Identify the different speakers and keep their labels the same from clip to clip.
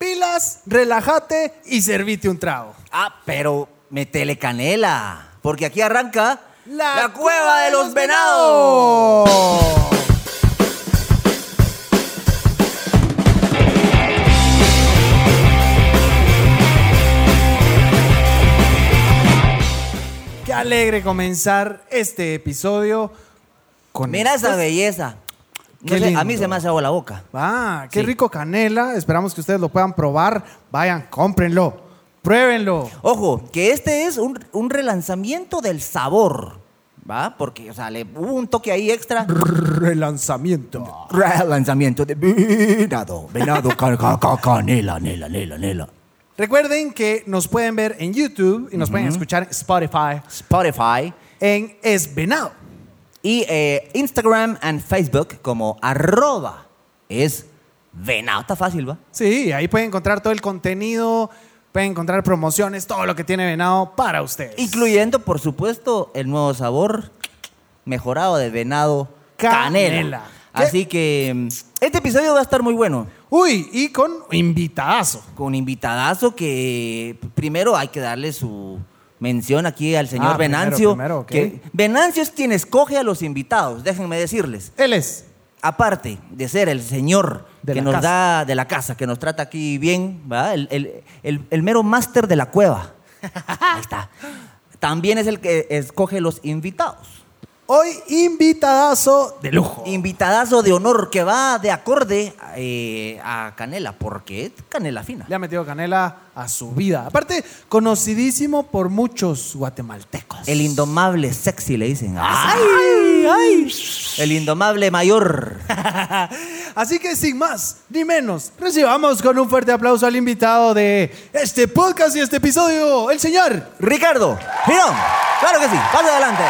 Speaker 1: Relax, relájate y servite un trago.
Speaker 2: Ah, pero metele canela, porque aquí arranca la, cueva de los venados.
Speaker 1: venados. Qué alegre comenzar este episodio con
Speaker 2: Mira esa
Speaker 1: estos-
Speaker 2: belleza. No
Speaker 1: Qué
Speaker 2: sé, a mí
Speaker 1: lindo.
Speaker 2: se me hace agua la boca.
Speaker 1: Ah, qué
Speaker 2: Sí.
Speaker 1: rico canela. Esperamos que ustedes lo puedan probar. Vayan, cómprenlo, pruébenlo.
Speaker 2: Ojo, que este es un, un relanzamiento del sabor, ¿va? Porque, o sea, le hubo un toque ahí extra.
Speaker 1: Relanzamiento.
Speaker 2: Relanzamiento de venado, venado, ca- ca- ca- canela, nela, nela, nela.
Speaker 1: Recuerden que nos pueden ver en YouTube y nos pueden escuchar en Spotify
Speaker 2: Spotify
Speaker 1: en Esvenado.
Speaker 2: y eh, Instagram and Facebook como arroba es venado. Está fácil, ¿va?
Speaker 1: Sí, ahí pueden encontrar todo el contenido, pueden encontrar promociones, todo lo que tiene Venado para ustedes.
Speaker 2: Incluyendo, por supuesto, el nuevo sabor mejorado de venado
Speaker 1: Canela.
Speaker 2: canela.
Speaker 1: ¿Qué?
Speaker 2: Así que mm, este episodio va a estar muy bueno.
Speaker 1: Uy, y con invitazo.
Speaker 2: Con invitadazo que primero hay que darle su mención aquí al señor
Speaker 1: Ah, primero,
Speaker 2: Venancio.
Speaker 1: primero, ok.
Speaker 2: que Venancio es quien escoge a los invitados, déjenme decirles.
Speaker 1: Él es.
Speaker 2: Aparte de ser el señor
Speaker 1: De
Speaker 2: que
Speaker 1: la
Speaker 2: nos
Speaker 1: casa.
Speaker 2: da de la casa, que nos trata aquí bien, ¿verdad? El, el- el- el mero máster de la cueva. Ahí está. También es el que escoge los invitados.
Speaker 1: Hoy invitadazo de lujo.
Speaker 2: Invitadazo de honor que va de acorde eh, a Canela, porque es Canela fina.
Speaker 1: Le ha metido canela a su vida. Aparte, conocidísimo por muchos guatemaltecos.
Speaker 2: El indomable sexy, le dicen. ¡Ay! ¡Ay! El indomable mayor.
Speaker 1: Así que sin más ni menos, recibamos con un fuerte aplauso al invitado de este podcast y este episodio, el señor.
Speaker 2: Ricardo Girón. Claro que sí. Pase adelante.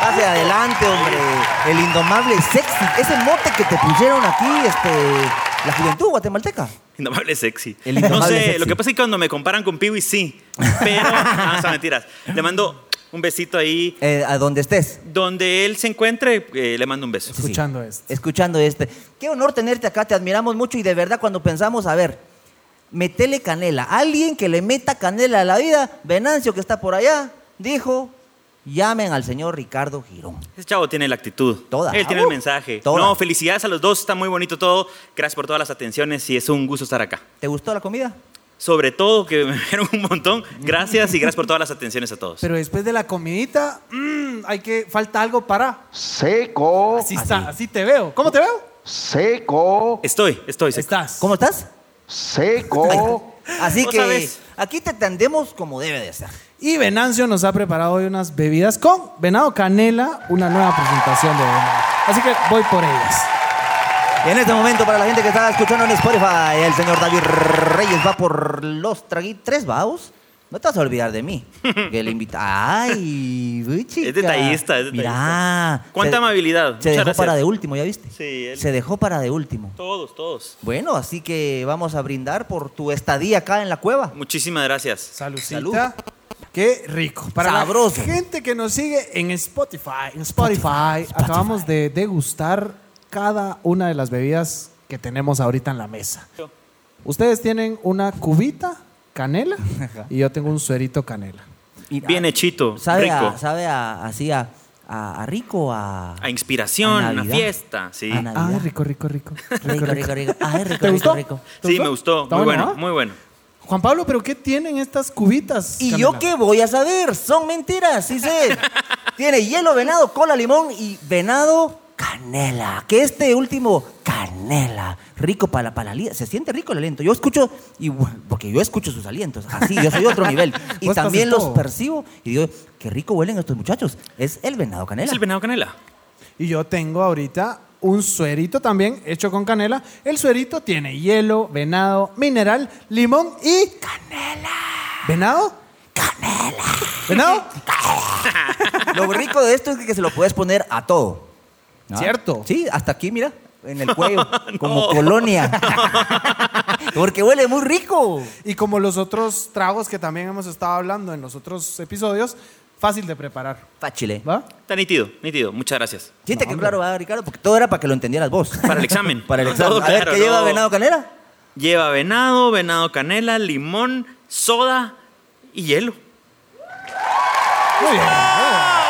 Speaker 2: Pase adelante, hombre. El indomable sexy. Ese mote que te pusieron aquí, este, la juventud guatemalteca.
Speaker 3: Indomable sexy.
Speaker 2: El indomable
Speaker 3: no sé,
Speaker 2: sexy.
Speaker 3: lo que pasa es que cuando me comparan con Piwi, sí. Pero, no, son mentiras. Le mando un besito ahí.
Speaker 2: Eh, a donde estés.
Speaker 3: Donde él se encuentre, eh, le mando un beso.
Speaker 2: Sí, sí.
Speaker 1: Escuchando esto.
Speaker 2: Escuchando este. Qué honor tenerte acá, te admiramos mucho y de verdad cuando pensamos, a ver, metele canela. Alguien que le meta canela a la vida, Venancio que está por allá, dijo, llamen al señor Ricardo Girón.
Speaker 3: Ese chavo tiene la actitud.
Speaker 2: Toda.
Speaker 3: Él tiene
Speaker 2: Uh,
Speaker 3: el mensaje.
Speaker 2: toda.
Speaker 3: No, felicidades a los dos. Está muy bonito todo. Gracias por todas las atenciones y es un gusto estar acá.
Speaker 2: ¿Te gustó la comida?
Speaker 3: Sobre todo, que me vieron un montón. Gracias y gracias por todas las atenciones a todos.
Speaker 1: Pero después de la comidita, mm, hay que falta algo para.
Speaker 4: Seco,
Speaker 1: Así
Speaker 2: Ah,
Speaker 1: está, así te veo. ¿Cómo te veo?
Speaker 4: seco,
Speaker 3: Estoy, estoy. seco.
Speaker 1: Estás.
Speaker 2: Pues, ¿Cómo estás? Ahí
Speaker 4: seco.
Speaker 2: está. Así
Speaker 3: Vos
Speaker 2: que
Speaker 3: sabés.
Speaker 2: aquí te tendemos como debe de ser.
Speaker 1: Y Venancio nos ha preparado hoy unas bebidas con Venado Canela, una nueva presentación de Venado. Así que voy por ellas.
Speaker 2: En este momento, para la gente que está escuchando en Spotify, el señor David Reyes va por los traguitos. Tres vaos. No te vas a olvidar de mí. Que le invita. ¡Ay! uy, chica.
Speaker 3: Es detallista, es detallista.
Speaker 2: Mirá.
Speaker 3: Cuánta
Speaker 2: se-
Speaker 3: amabilidad.
Speaker 2: Se
Speaker 3: Muchas
Speaker 2: dejó
Speaker 3: gracias.
Speaker 2: para de último, ¿ya viste?
Speaker 3: Sí, él-
Speaker 2: Se dejó para de último.
Speaker 3: Todos, todos.
Speaker 2: Bueno, así que vamos a brindar por tu estadía acá en la cueva.
Speaker 3: Muchísimas gracias.
Speaker 1: Salucita.
Speaker 2: Salud.
Speaker 1: Qué rico. Para
Speaker 2: Sabroso.
Speaker 1: la gente que nos sigue en Spotify, en Spotify,
Speaker 2: Spotify.
Speaker 1: acabamos de degustar cada una de las bebidas que tenemos ahorita en la mesa. Ustedes tienen una cubita canela y yo tengo un suerito canela.
Speaker 2: Y-
Speaker 3: Bien hechito,
Speaker 2: Sabe,
Speaker 3: rico.
Speaker 2: A, sabe a, así a, a- a rico, a.
Speaker 3: A inspiración,
Speaker 2: A
Speaker 3: a una
Speaker 2: Navidad.
Speaker 3: fiesta. Sí.
Speaker 2: A Navidad.
Speaker 1: Ah, rico, rico, rico.
Speaker 2: Rico, rico, rico. Ay, rico,
Speaker 1: ¿Te
Speaker 2: rico,
Speaker 1: gustó?
Speaker 2: rico.
Speaker 1: ¿Te
Speaker 3: Sí, me gustó.
Speaker 1: Está
Speaker 3: Muy
Speaker 1: bueno,
Speaker 3: bueno,
Speaker 1: ¿ah?
Speaker 3: muy bueno.
Speaker 1: Juan Pablo, ¿pero qué tienen estas cubitas?
Speaker 2: ¿Y
Speaker 1: Canela?
Speaker 2: yo qué voy a saber? Son mentiras, sí sé. Tiene hielo, venado, cola, limón y venado, canela. Que este último, canela. Rico para la palalía. Se siente rico el aliento. Yo escucho, y, bueno, porque yo escucho sus alientos. Así, yo soy otro nivel. Y
Speaker 1: Vos estás
Speaker 2: también
Speaker 1: en
Speaker 2: los
Speaker 1: todo.
Speaker 2: percibo. Y digo, qué rico huelen estos muchachos. Es el venado canela.
Speaker 3: ¿Es el venado canela?
Speaker 1: Y yo tengo ahorita un suerito también hecho con canela. El suerito tiene hielo, venado, mineral, limón y canela. ¿Venado? Canela.
Speaker 2: Lo rico de esto es que se lo puedes poner a todo. ¿no?
Speaker 1: Cierto.
Speaker 2: Sí, hasta aquí, mira, en el cuello, como colonia. Porque huele muy rico.
Speaker 1: ¿Venado? Y como los otros tragos que también hemos estado hablando en los otros episodios, fácil de preparar.
Speaker 2: Fáchile.
Speaker 1: ¿Va?
Speaker 3: Está nítido, nítido. Muchas gracias.
Speaker 2: Siente que claro va, Ricardo, porque todo era para que lo entendieras vos.
Speaker 3: Para el examen.
Speaker 2: Para el
Speaker 3: Todo
Speaker 2: examen. A ver,
Speaker 3: claro,
Speaker 2: ¿qué lleva
Speaker 3: no.
Speaker 2: Venado Canela?
Speaker 3: Lleva venado, venado canela, limón, soda y hielo.
Speaker 1: Muy bien.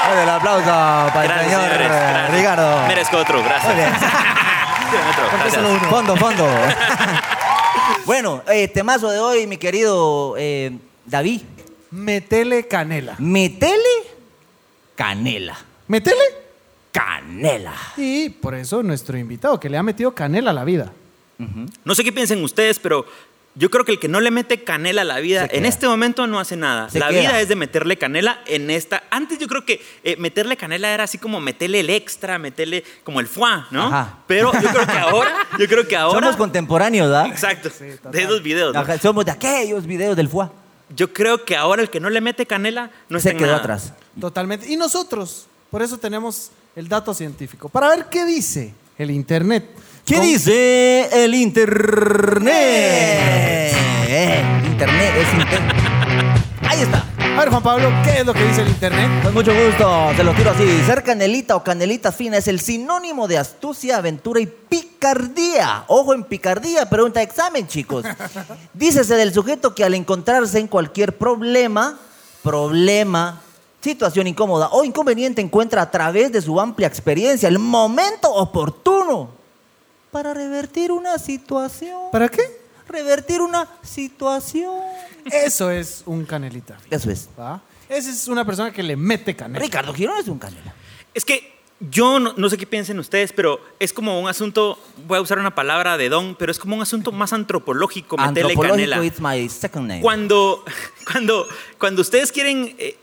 Speaker 2: Bueno, el aplauso para
Speaker 3: Gracias,
Speaker 2: el señor
Speaker 3: señores, gracias.
Speaker 2: eh, Ricardo.
Speaker 3: Merezco otro, gracias.
Speaker 2: Muy bien.
Speaker 3: Quiero otro, gracias.
Speaker 2: Fondo, fondo. bueno, eh, temazo de hoy, mi querido eh, David.
Speaker 1: Metele canela.
Speaker 2: Metele canela.
Speaker 1: ¿Metele?
Speaker 2: Canela.
Speaker 1: Y por eso nuestro invitado, que le ha metido canela a la vida.
Speaker 3: No sé qué piensen ustedes, pero yo creo que el que no le mete canela a la vida
Speaker 2: Se
Speaker 3: en
Speaker 2: queda.
Speaker 3: este momento no hace nada.
Speaker 2: Se
Speaker 3: la
Speaker 2: queda.
Speaker 3: vida es de meterle canela en esta. Antes yo creo que eh, meterle canela era así como meterle el extra, meterle como el foie, ¿no?
Speaker 2: Ajá.
Speaker 3: Pero yo creo que ahora, yo creo que ahora.
Speaker 2: Somos contemporáneos, ¿verdad?
Speaker 3: Exacto.
Speaker 1: total.
Speaker 3: de esos videos. ¿no?
Speaker 2: Ajá, Somos de aquellos videos del FUA.
Speaker 3: Yo creo que ahora el que no le mete canela no está
Speaker 2: Se
Speaker 3: en
Speaker 2: quedó
Speaker 3: nada.
Speaker 2: atrás.
Speaker 1: Totalmente. Y nosotros, por eso tenemos el dato científico, para ver qué dice el Internet.
Speaker 2: ¿Qué
Speaker 1: Con-
Speaker 2: dice el internet? Eh, Internet es internet. Ahí está.
Speaker 1: A ver, Juan Pablo, ¿qué es lo que dice el Internet?
Speaker 2: Con mucho gusto, te lo tiro así. Ser canelita o canelita fina es el sinónimo de astucia, aventura y picardía. Ojo en picardía, pregunta de examen, chicos. Dícese del sujeto que al encontrarse en cualquier problema, problema, situación incómoda o inconveniente, encuentra a través de su amplia experiencia el momento oportuno para revertir una situación.
Speaker 1: ¿Para qué?
Speaker 2: revertir una situación.
Speaker 1: Eso es un canelita.
Speaker 2: Eso es.
Speaker 1: ¿va? Esa es una persona que le mete canela.
Speaker 2: Ricardo Girón es un canela.
Speaker 3: Es que yo no, no sé qué piensen ustedes, pero es como un asunto, voy a usar una palabra de don, pero es como un asunto más antropológico, meterle canela.
Speaker 2: Antropológico, it's my second name.
Speaker 3: Cuando, cuando, cuando ustedes quieren, eh,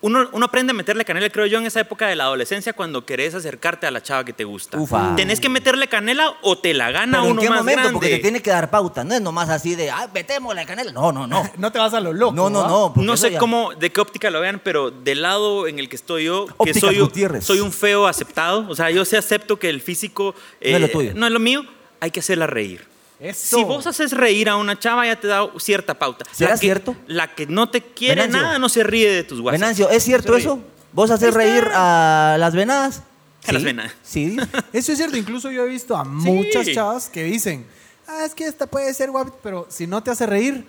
Speaker 3: uno, uno aprende a meterle canela, creo yo, en esa época de la adolescencia, cuando querés acercarte a la chava que te gusta.
Speaker 2: Ufa.
Speaker 3: Tenés que meterle canela o te la gana
Speaker 2: Pero
Speaker 3: uno
Speaker 2: ¿En qué
Speaker 3: más
Speaker 2: momento?
Speaker 3: grande.
Speaker 2: Porque te tiene que dar pauta. No es nomás así de, ah, metémosle canela. No, no, no.
Speaker 1: No te vas a lo loco.
Speaker 2: No, no,
Speaker 1: ¿va?
Speaker 2: no. porque
Speaker 3: ¿ah? No
Speaker 2: eso
Speaker 3: sé
Speaker 2: ya-
Speaker 3: cómo, de qué óptica lo vean, pero del lado en el que estoy yo, que
Speaker 2: Ópticas
Speaker 3: soy, un-
Speaker 2: Gutiérrez.
Speaker 3: soy un feo aceptado, o sea, yo sí acepto que el físico eh,
Speaker 2: No es lo tuyo.
Speaker 3: no es lo mío, hay que hacerla reír.
Speaker 1: Eso.
Speaker 3: Si vos haces reír a una chava, ya te da cierta pauta.
Speaker 2: ¿Será
Speaker 3: La que-
Speaker 2: cierto?
Speaker 3: La que no te quiere
Speaker 2: Venancio.
Speaker 3: nada no se ríe de tus guasas.
Speaker 2: Venancio, ¿es cierto
Speaker 3: Sí.
Speaker 2: eso? ¿Vos haces reír a las venadas?
Speaker 3: A las venadas.
Speaker 2: Sí.
Speaker 1: Eso es cierto. Incluso yo he visto a muchas chavas que dicen, ah, es que esta puede ser guapa, pero si no te hace reír,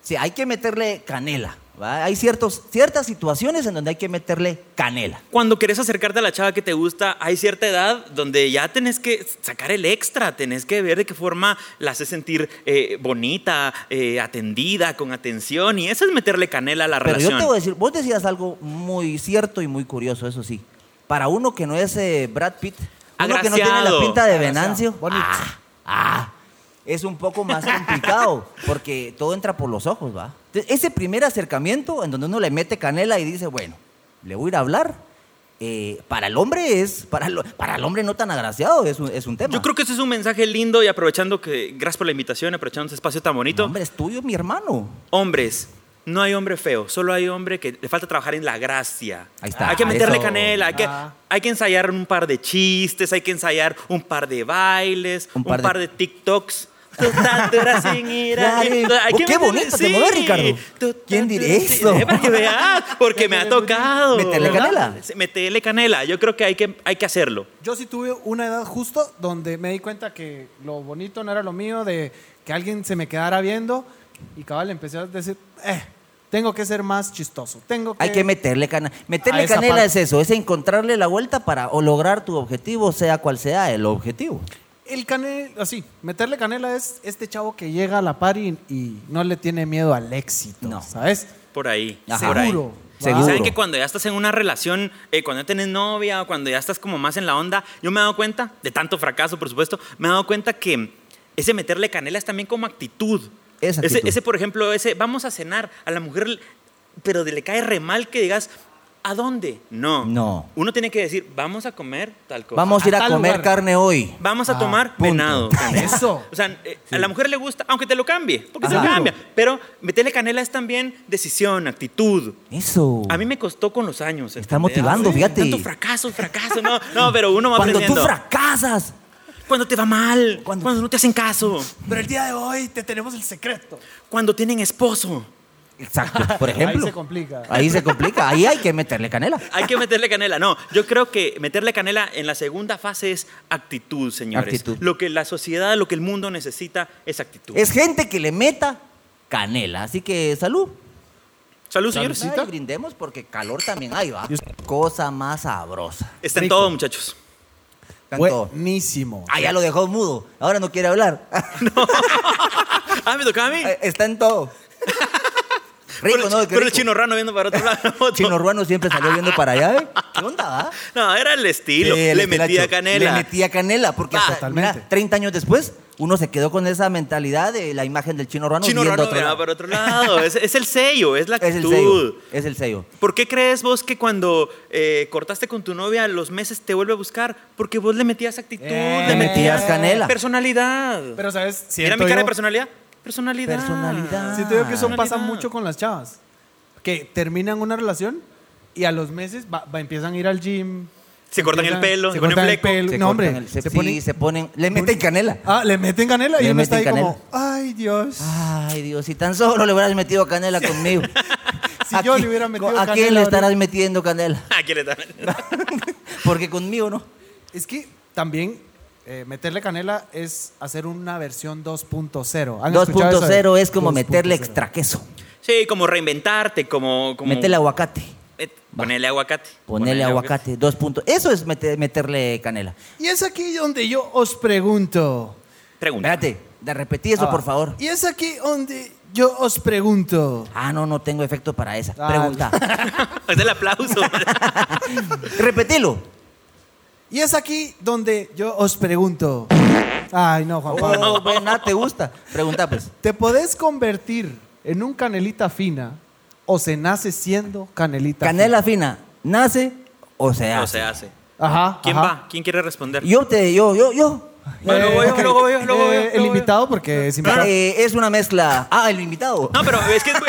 Speaker 2: Sí, hay que meterle canela. ¿va? Hay ciertos, ciertas situaciones en donde hay que meterle canela.
Speaker 3: Cuando querés acercarte a la chava que te gusta, hay cierta edad donde ya tenés que sacar el extra, tenés que ver de qué forma la haces sentir eh, bonita, eh, atendida, con atención, y eso es meterle canela a la
Speaker 2: Pero
Speaker 3: relación.
Speaker 2: yo te voy a decir, vos decías algo muy cierto y muy curioso, eso sí. Para uno que no es eh, Brad Pitt, uno que no tiene la
Speaker 3: Agraciado.
Speaker 2: pinta de
Speaker 1: Agraciado.
Speaker 2: Venancio,
Speaker 1: Bonito.
Speaker 2: ah, ah, es un poco más complicado porque todo entra por los ojos, ¿va? Entonces, ese primer acercamiento en donde uno le mete canela y dice, bueno, le voy a ir a hablar. eh, para el hombre es, para, lo- para el hombre no tan agraciado es un, es un tema.
Speaker 3: Yo creo que ese es un mensaje lindo y aprovechando que, gracias por la invitación, aprovechando este espacio tan bonito.
Speaker 2: el hombre es tuyo, mi hermano.
Speaker 3: Hombres, no hay hombre feo, solo hay hombre que le falta trabajar en la gracia.
Speaker 2: Ahí está,
Speaker 3: Hay que meterle
Speaker 2: eso.
Speaker 3: canela, hay que,
Speaker 1: Ah.
Speaker 3: hay que ensayar un par de chistes, hay que ensayar un par de bailes,
Speaker 2: Un
Speaker 3: un
Speaker 2: par
Speaker 3: par,
Speaker 2: de-
Speaker 3: de... TikToks. Tú tantura sin ir a-
Speaker 2: Dale.
Speaker 3: Hay
Speaker 2: Oh,
Speaker 3: que
Speaker 2: qué
Speaker 3: meterle-
Speaker 2: bonito te mueves, Ricardo.
Speaker 3: Tú
Speaker 2: ¿Quién
Speaker 3: tantura
Speaker 2: diría
Speaker 3: sin-
Speaker 2: eso?
Speaker 3: Eh, para que veas, porque me ha tocado.
Speaker 2: Meterle
Speaker 3: ¿verdad?
Speaker 2: canela.
Speaker 3: Sí, Meterle canela, yo creo que hay que, hay que hacerlo.
Speaker 1: Yo sí tuve una edad justo donde me di cuenta que lo bonito no era lo mío, de que alguien se me quedara viendo y cabal empecé a decir, eh, tengo que ser más chistoso, tengo que...
Speaker 2: Hay que meterle canela. Meterle
Speaker 1: Eh, esa
Speaker 2: canela
Speaker 1: parte.
Speaker 2: es eso, es encontrarle la vuelta para o lograr tu objetivo, sea cual sea el objetivo.
Speaker 1: El canela, así, meterle canela es este chavo que llega a la party y no le tiene miedo al éxito,
Speaker 2: No.
Speaker 1: ¿sabes?
Speaker 3: Por ahí.
Speaker 2: Ajá.
Speaker 3: Por ahí.
Speaker 1: Seguro.
Speaker 2: Seguro.
Speaker 1: ¿va?
Speaker 3: Y saben que cuando ya estás en una relación, eh, cuando ya tienes novia o cuando ya estás como más en la onda, yo me he dado cuenta, de tanto fracaso, por supuesto, me he dado cuenta que ese meterle canela es también como actitud.
Speaker 2: Es actitud.
Speaker 3: Ese, ese, por ejemplo, ese vamos a cenar a la mujer, l- pero de- le cae re mal que digas, ¿a dónde? No.
Speaker 2: No.
Speaker 3: Uno tiene que decir, vamos a comer tal cosa.
Speaker 2: Vamos a ir
Speaker 1: a
Speaker 2: a
Speaker 1: tal
Speaker 2: comer
Speaker 1: lugar.
Speaker 2: carne hoy.
Speaker 3: Vamos a
Speaker 1: Ah,
Speaker 3: tomar
Speaker 2: punto.
Speaker 3: venado. canela.
Speaker 1: Eso.
Speaker 3: O sea, eh, a la mujer le gusta, aunque te lo cambie, porque te
Speaker 2: Ajá.
Speaker 3: lo cambia. Pero meterle canela es también decisión, actitud.
Speaker 2: Eso.
Speaker 3: A mí me costó con los años.
Speaker 2: Está
Speaker 3: ¿entendés?
Speaker 2: motivando,
Speaker 3: Sí.
Speaker 2: fíjate.
Speaker 3: Tanto fracaso, fracaso. No, no pero uno va
Speaker 2: Cuando tú
Speaker 3: aprendiendo.
Speaker 2: fracasas.
Speaker 3: cuando te va mal,
Speaker 2: Cuando-
Speaker 3: cuando, no te hacen caso,
Speaker 1: Pero el día de hoy te tenemos el secreto.
Speaker 3: cuando tienen esposo,
Speaker 2: Exacto, por ejemplo.
Speaker 1: se complica.
Speaker 2: Ahí se complica. Ahí hay que meterle canela.
Speaker 3: Hay que meterle canela. No, yo creo que meterle canela en la segunda fase es actitud, señores.
Speaker 2: Actitud. Eh,
Speaker 3: Lo que la sociedad, lo que el mundo necesita es actitud.
Speaker 2: Es gente que le meta canela. Así que salud.
Speaker 3: Salud, señores.
Speaker 1: Saludcita.
Speaker 2: Ay, brindemos porque calor también hay, va. Cosa más sabrosa.
Speaker 3: Está en
Speaker 1: Rico.
Speaker 3: todo, muchachos.
Speaker 2: Cantó.
Speaker 1: Buenísimo.
Speaker 2: Ah, ya lo dejó mudo. Ahora no quiere hablar.
Speaker 3: Ah, me tocaba a mí.
Speaker 2: Está en todo. Rico,
Speaker 3: pero el,
Speaker 2: ¿no? Qué
Speaker 3: pero el
Speaker 2: rico.
Speaker 3: chino rano viendo para otro lado. la foto.
Speaker 2: Chino Ruano siempre salió viendo para allá, ¿eh? ¿Qué onda, va?
Speaker 3: No, era el estilo.
Speaker 2: Sí,
Speaker 3: le
Speaker 2: el
Speaker 3: metía
Speaker 2: estelacho. Le
Speaker 3: canela.
Speaker 2: metía canela, porque hasta,
Speaker 1: Totalmente.
Speaker 2: mira, 30 años después, uno se quedó con esa mentalidad de la imagen del chino ruano
Speaker 3: Chino
Speaker 2: viendo
Speaker 3: rano
Speaker 2: otro
Speaker 3: miraba
Speaker 2: lado.
Speaker 3: para otro lado. Es, es el sello, es la
Speaker 2: Es el
Speaker 3: actitud.
Speaker 2: sello, es el sello.
Speaker 3: ¿Por qué crees vos que cuando eh, cortaste con tu novia a los meses te vuelve a buscar? Porque vos le metías actitud,
Speaker 1: Eh.
Speaker 3: le metías
Speaker 2: Metías canela.
Speaker 3: personalidad.
Speaker 1: Pero, ¿sabes?
Speaker 3: Mira
Speaker 1: Siento
Speaker 3: mi cara de
Speaker 1: yo-
Speaker 3: personalidad. Personalidad.
Speaker 2: Personalidad.
Speaker 1: Siento yo que eso
Speaker 3: Ah.
Speaker 1: pasa mucho con las chavas. Que terminan una relación y a los meses va- va- empiezan a ir al gym.
Speaker 3: Se cortan
Speaker 1: empiezan-
Speaker 3: el pelo,
Speaker 1: se
Speaker 3: le ponen
Speaker 1: cortan el
Speaker 3: fleco.
Speaker 1: pelo.
Speaker 2: Se
Speaker 1: no, hombre.
Speaker 2: cortan el- se,
Speaker 1: se
Speaker 2: sí,
Speaker 1: ponen-
Speaker 2: se ponen- le meten canela.
Speaker 1: Ah, le meten canela y
Speaker 2: Le
Speaker 1: uno está ahí
Speaker 2: meten
Speaker 1: como, ay Dios.
Speaker 2: Ay, Dios, si tan solo le hubieras metido canela conmigo.
Speaker 1: Si
Speaker 2: ¿A
Speaker 1: yo le
Speaker 2: quién-
Speaker 1: hubiera metido
Speaker 2: ¿A
Speaker 1: canela
Speaker 2: quién le estarás
Speaker 1: ahorita?
Speaker 2: metiendo canela?
Speaker 3: Ah, ¿quién le da?
Speaker 2: Porque conmigo no.
Speaker 1: Es que también eh, meterle canela es hacer una versión 2.0. ¿Han escuchado eso?
Speaker 2: 2.0 es como meterle
Speaker 1: 2.0.
Speaker 2: extra queso.
Speaker 3: Sí, como reinventarte, como. como
Speaker 2: Métele aguacate.
Speaker 3: Eh, Ponele aguacate.
Speaker 2: Ponerle aguacate. Dos puntos. Eso es mete- meterle canela.
Speaker 1: Y es aquí donde yo os pregunto.
Speaker 3: Pregunta.
Speaker 2: Espérate, de repetí eso,
Speaker 1: Ah,
Speaker 2: por favor.
Speaker 1: Y es aquí donde yo os pregunto.
Speaker 2: Ah, no, no tengo efecto para esa.
Speaker 1: Ah.
Speaker 2: Pregunta.
Speaker 3: Es el aplauso.
Speaker 2: Repetilo.
Speaker 1: Y es aquí donde yo os pregunto. Ay, no, Juan Pablo.
Speaker 2: Oh, buena, te gusta. Pregunta, pues.
Speaker 1: ¿Te podés convertir en un canelita fina o se nace siendo canelita
Speaker 2: Canela fina, ¿nace o se hace?
Speaker 3: no se hace.
Speaker 1: fina? Ajá.
Speaker 3: ¿Quién
Speaker 1: ajá.
Speaker 3: va? ¿Quién quiere responder?
Speaker 2: Yo te, yo, yo, yo.
Speaker 3: Bueno, voy yo, luego voy yo, luego voy yo,
Speaker 1: eh,
Speaker 3: luego
Speaker 1: El
Speaker 3: voy yo.
Speaker 1: invitado, porque es invitado.
Speaker 2: Eh, es una mezcla. Ah, el invitado. Ah,
Speaker 3: No, pero es que.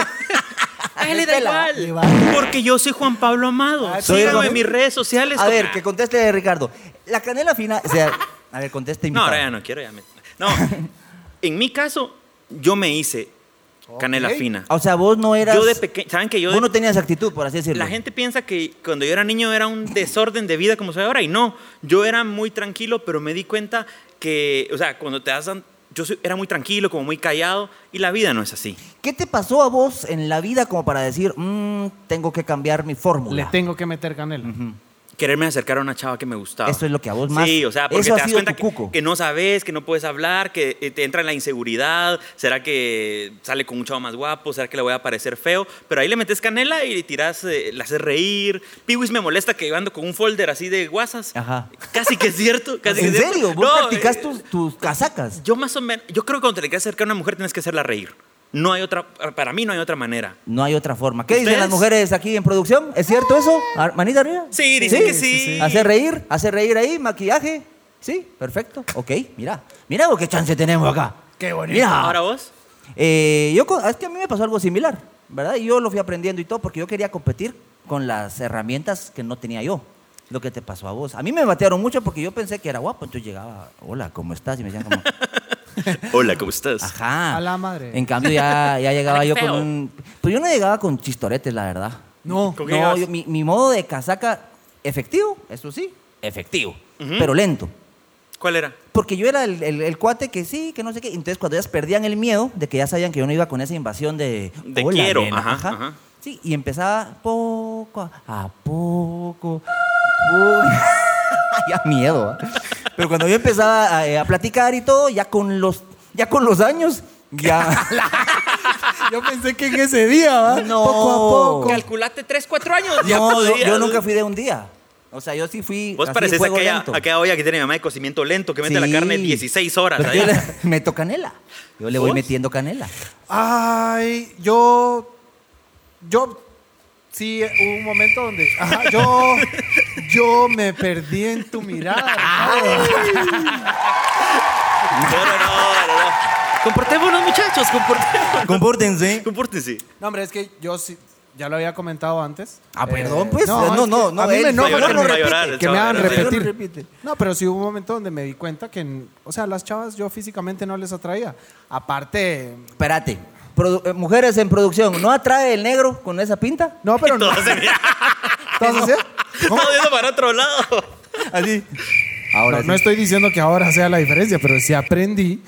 Speaker 3: A él le da
Speaker 2: Pela,
Speaker 1: le
Speaker 3: igual.
Speaker 1: vale.
Speaker 3: Porque yo soy Juan Pablo Amado.
Speaker 1: Ah,
Speaker 2: soy
Speaker 3: Síganme
Speaker 2: Juan-
Speaker 3: en mis redes sociales. Ah.
Speaker 2: A ver, que conteste Ricardo. La canela fina, o sea, a ver, conteste
Speaker 3: No,
Speaker 2: invitado.
Speaker 3: ahora ya no quiero. Ya me- No. En mi caso, yo me hice canela
Speaker 1: Ok.
Speaker 3: fina.
Speaker 2: O sea, vos no eras
Speaker 3: Yo de pequeño. ¿Saben que yo.? de-
Speaker 2: Ah, Vos no tenías actitud, por así decirlo.
Speaker 3: La gente piensa que cuando yo era niño era un desorden de vida como soy ahora y no, yo era muy tranquilo, pero me di cuenta que, o sea, cuando te das, yo soy- era muy tranquilo, como muy callado y la vida no es así.
Speaker 2: ¿Qué te pasó a vos en la vida como para decir, "Mm, tengo que cambiar mi
Speaker 1: Le
Speaker 2: fórmula?
Speaker 1: tengo que meter canela.
Speaker 3: Quererme acercar a una chava que me gustaba.
Speaker 2: Eso es lo que a vos más-
Speaker 3: Sí, o sea, porque
Speaker 2: eso
Speaker 3: te
Speaker 2: ha
Speaker 3: das
Speaker 2: sido
Speaker 3: cuenta
Speaker 2: tu
Speaker 3: que,
Speaker 2: cuco.
Speaker 3: que no sabes, que no puedes hablar, que eh, te entra en la inseguridad. ¿Será que sale con un chavo más guapo? ¿Será que le voy a parecer feo? Pero ahí le metes canela y le tiras, eh, le haces reír. Piwis me molesta que yo ando con un folder así de guasas.
Speaker 2: Ajá.
Speaker 3: Casi que es cierto. Casi que
Speaker 2: ¿En
Speaker 3: es cierto.
Speaker 2: serio? ¿Vos
Speaker 3: No,
Speaker 2: practicás
Speaker 3: eh,
Speaker 2: tus, tus casacas?
Speaker 3: Yo más o menos, yo creo que cuando te le quieres acercar a una mujer tienes que hacerla reír. No hay otra, para mí no hay otra manera.
Speaker 2: No hay otra forma. ¿Qué dicen
Speaker 3: ¿Ustedes?
Speaker 2: las mujeres aquí en producción? ¿Es cierto eso? Ar- ¿Manita arriba?
Speaker 3: Sí, dicen que sí.
Speaker 2: ¿Hacer reír? ¿Hacer reír ahí? ¿Maquillaje? Sí, perfecto. Ok, mira. Mira vos qué chance tenemos acá.
Speaker 1: Qué bonito.
Speaker 2: Mira.
Speaker 3: Ahora vos.
Speaker 2: Eh, yo, co- es que a mí me pasó algo similar, ¿verdad? Y yo lo fui aprendiendo y todo porque yo quería competir con las herramientas que no tenía yo. Lo que te pasó a vos. A mí me batearon mucho porque yo pensé que era guapo. Entonces llegaba, hola, ¿cómo estás? Y me decían como,
Speaker 3: Hola, ¿cómo estás?
Speaker 2: ajá.
Speaker 1: A la madre.
Speaker 2: En cambio ya, ya llegaba
Speaker 3: Qué
Speaker 2: yo con
Speaker 3: feo.
Speaker 2: un... Pues yo no llegaba con chistoretes, la verdad.
Speaker 1: No.
Speaker 3: ¿Con qué
Speaker 2: No,
Speaker 3: llegabas?
Speaker 2: yo- mi, mi modo de casaca, efectivo, eso sí, efectivo, pero lento.
Speaker 3: ¿Cuál era?
Speaker 2: Porque yo era el, el- el cuate que sí, que no sé qué. Entonces, cuando ellas perdían el miedo de que ya sabían que yo no iba con esa invasión de.
Speaker 3: De
Speaker 2: "Hola,
Speaker 3: quiero",
Speaker 2: nena",
Speaker 3: ajá, ajá.
Speaker 2: Sí, y empezaba poco a, a poco. po- ya miedo. ¿ah? Pero cuando yo empezaba a, eh, a platicar y todo, ya con los, ya con los años, ya.
Speaker 1: Yo pensé que en ese día, ¿va?
Speaker 2: No.
Speaker 1: Poco a poco.
Speaker 3: Calculate 3, 4 años. Oh. ya
Speaker 2: no, yo,
Speaker 3: podías.
Speaker 2: yo nunca fui de un día. O sea, yo sí fui.
Speaker 3: Vos
Speaker 2: así,
Speaker 3: pareces
Speaker 2: fuego
Speaker 3: aquella,
Speaker 2: lento.
Speaker 3: aquella olla que tiene mi mamá de cocimiento lento, que mete la
Speaker 2: Sí.
Speaker 3: carne 16 horas.
Speaker 2: Pero
Speaker 3: ahí.
Speaker 2: yo le meto canela. Yo le voy
Speaker 3: ¿Vos?
Speaker 2: metiendo canela.
Speaker 1: Ay, yo. Yo. Sí, hubo un momento donde. Ajá, yo. Yo me perdí en tu mirada. Ricardo.
Speaker 3: No, no, no, no, no. Comportémonos, muchachos, comportémonos.
Speaker 2: Compórtense.
Speaker 3: Compórtense.
Speaker 1: No, hombre, es que yo sí. Ya lo había comentado antes.
Speaker 2: Ah,
Speaker 1: Eh,
Speaker 2: perdón, pues. No,
Speaker 1: es
Speaker 2: no,
Speaker 1: que
Speaker 2: no. no
Speaker 1: a mí
Speaker 2: él-
Speaker 1: me
Speaker 3: no,
Speaker 1: enoja
Speaker 3: va a
Speaker 1: que, me,
Speaker 3: llorar, va a llorar, el
Speaker 1: que me hagan
Speaker 3: chaval, no, sí.
Speaker 1: repetir.
Speaker 2: No repite.
Speaker 1: No, pero sí hubo un momento donde me di cuenta que, o sea, las chavas yo físicamente no les atraía. Aparte,
Speaker 2: Espérate. Produ- eh, mujeres en producción, ¿no atrae el negro con esa pinta?
Speaker 1: No, pero no.
Speaker 3: Todo se mira.
Speaker 1: ¿Todos así? ¿Cómo?
Speaker 3: Todo yendo para otro lado.
Speaker 2: Así.
Speaker 1: No,
Speaker 2: Ahora sí.
Speaker 1: no estoy diciendo que ahora sea la diferencia, pero sí aprendí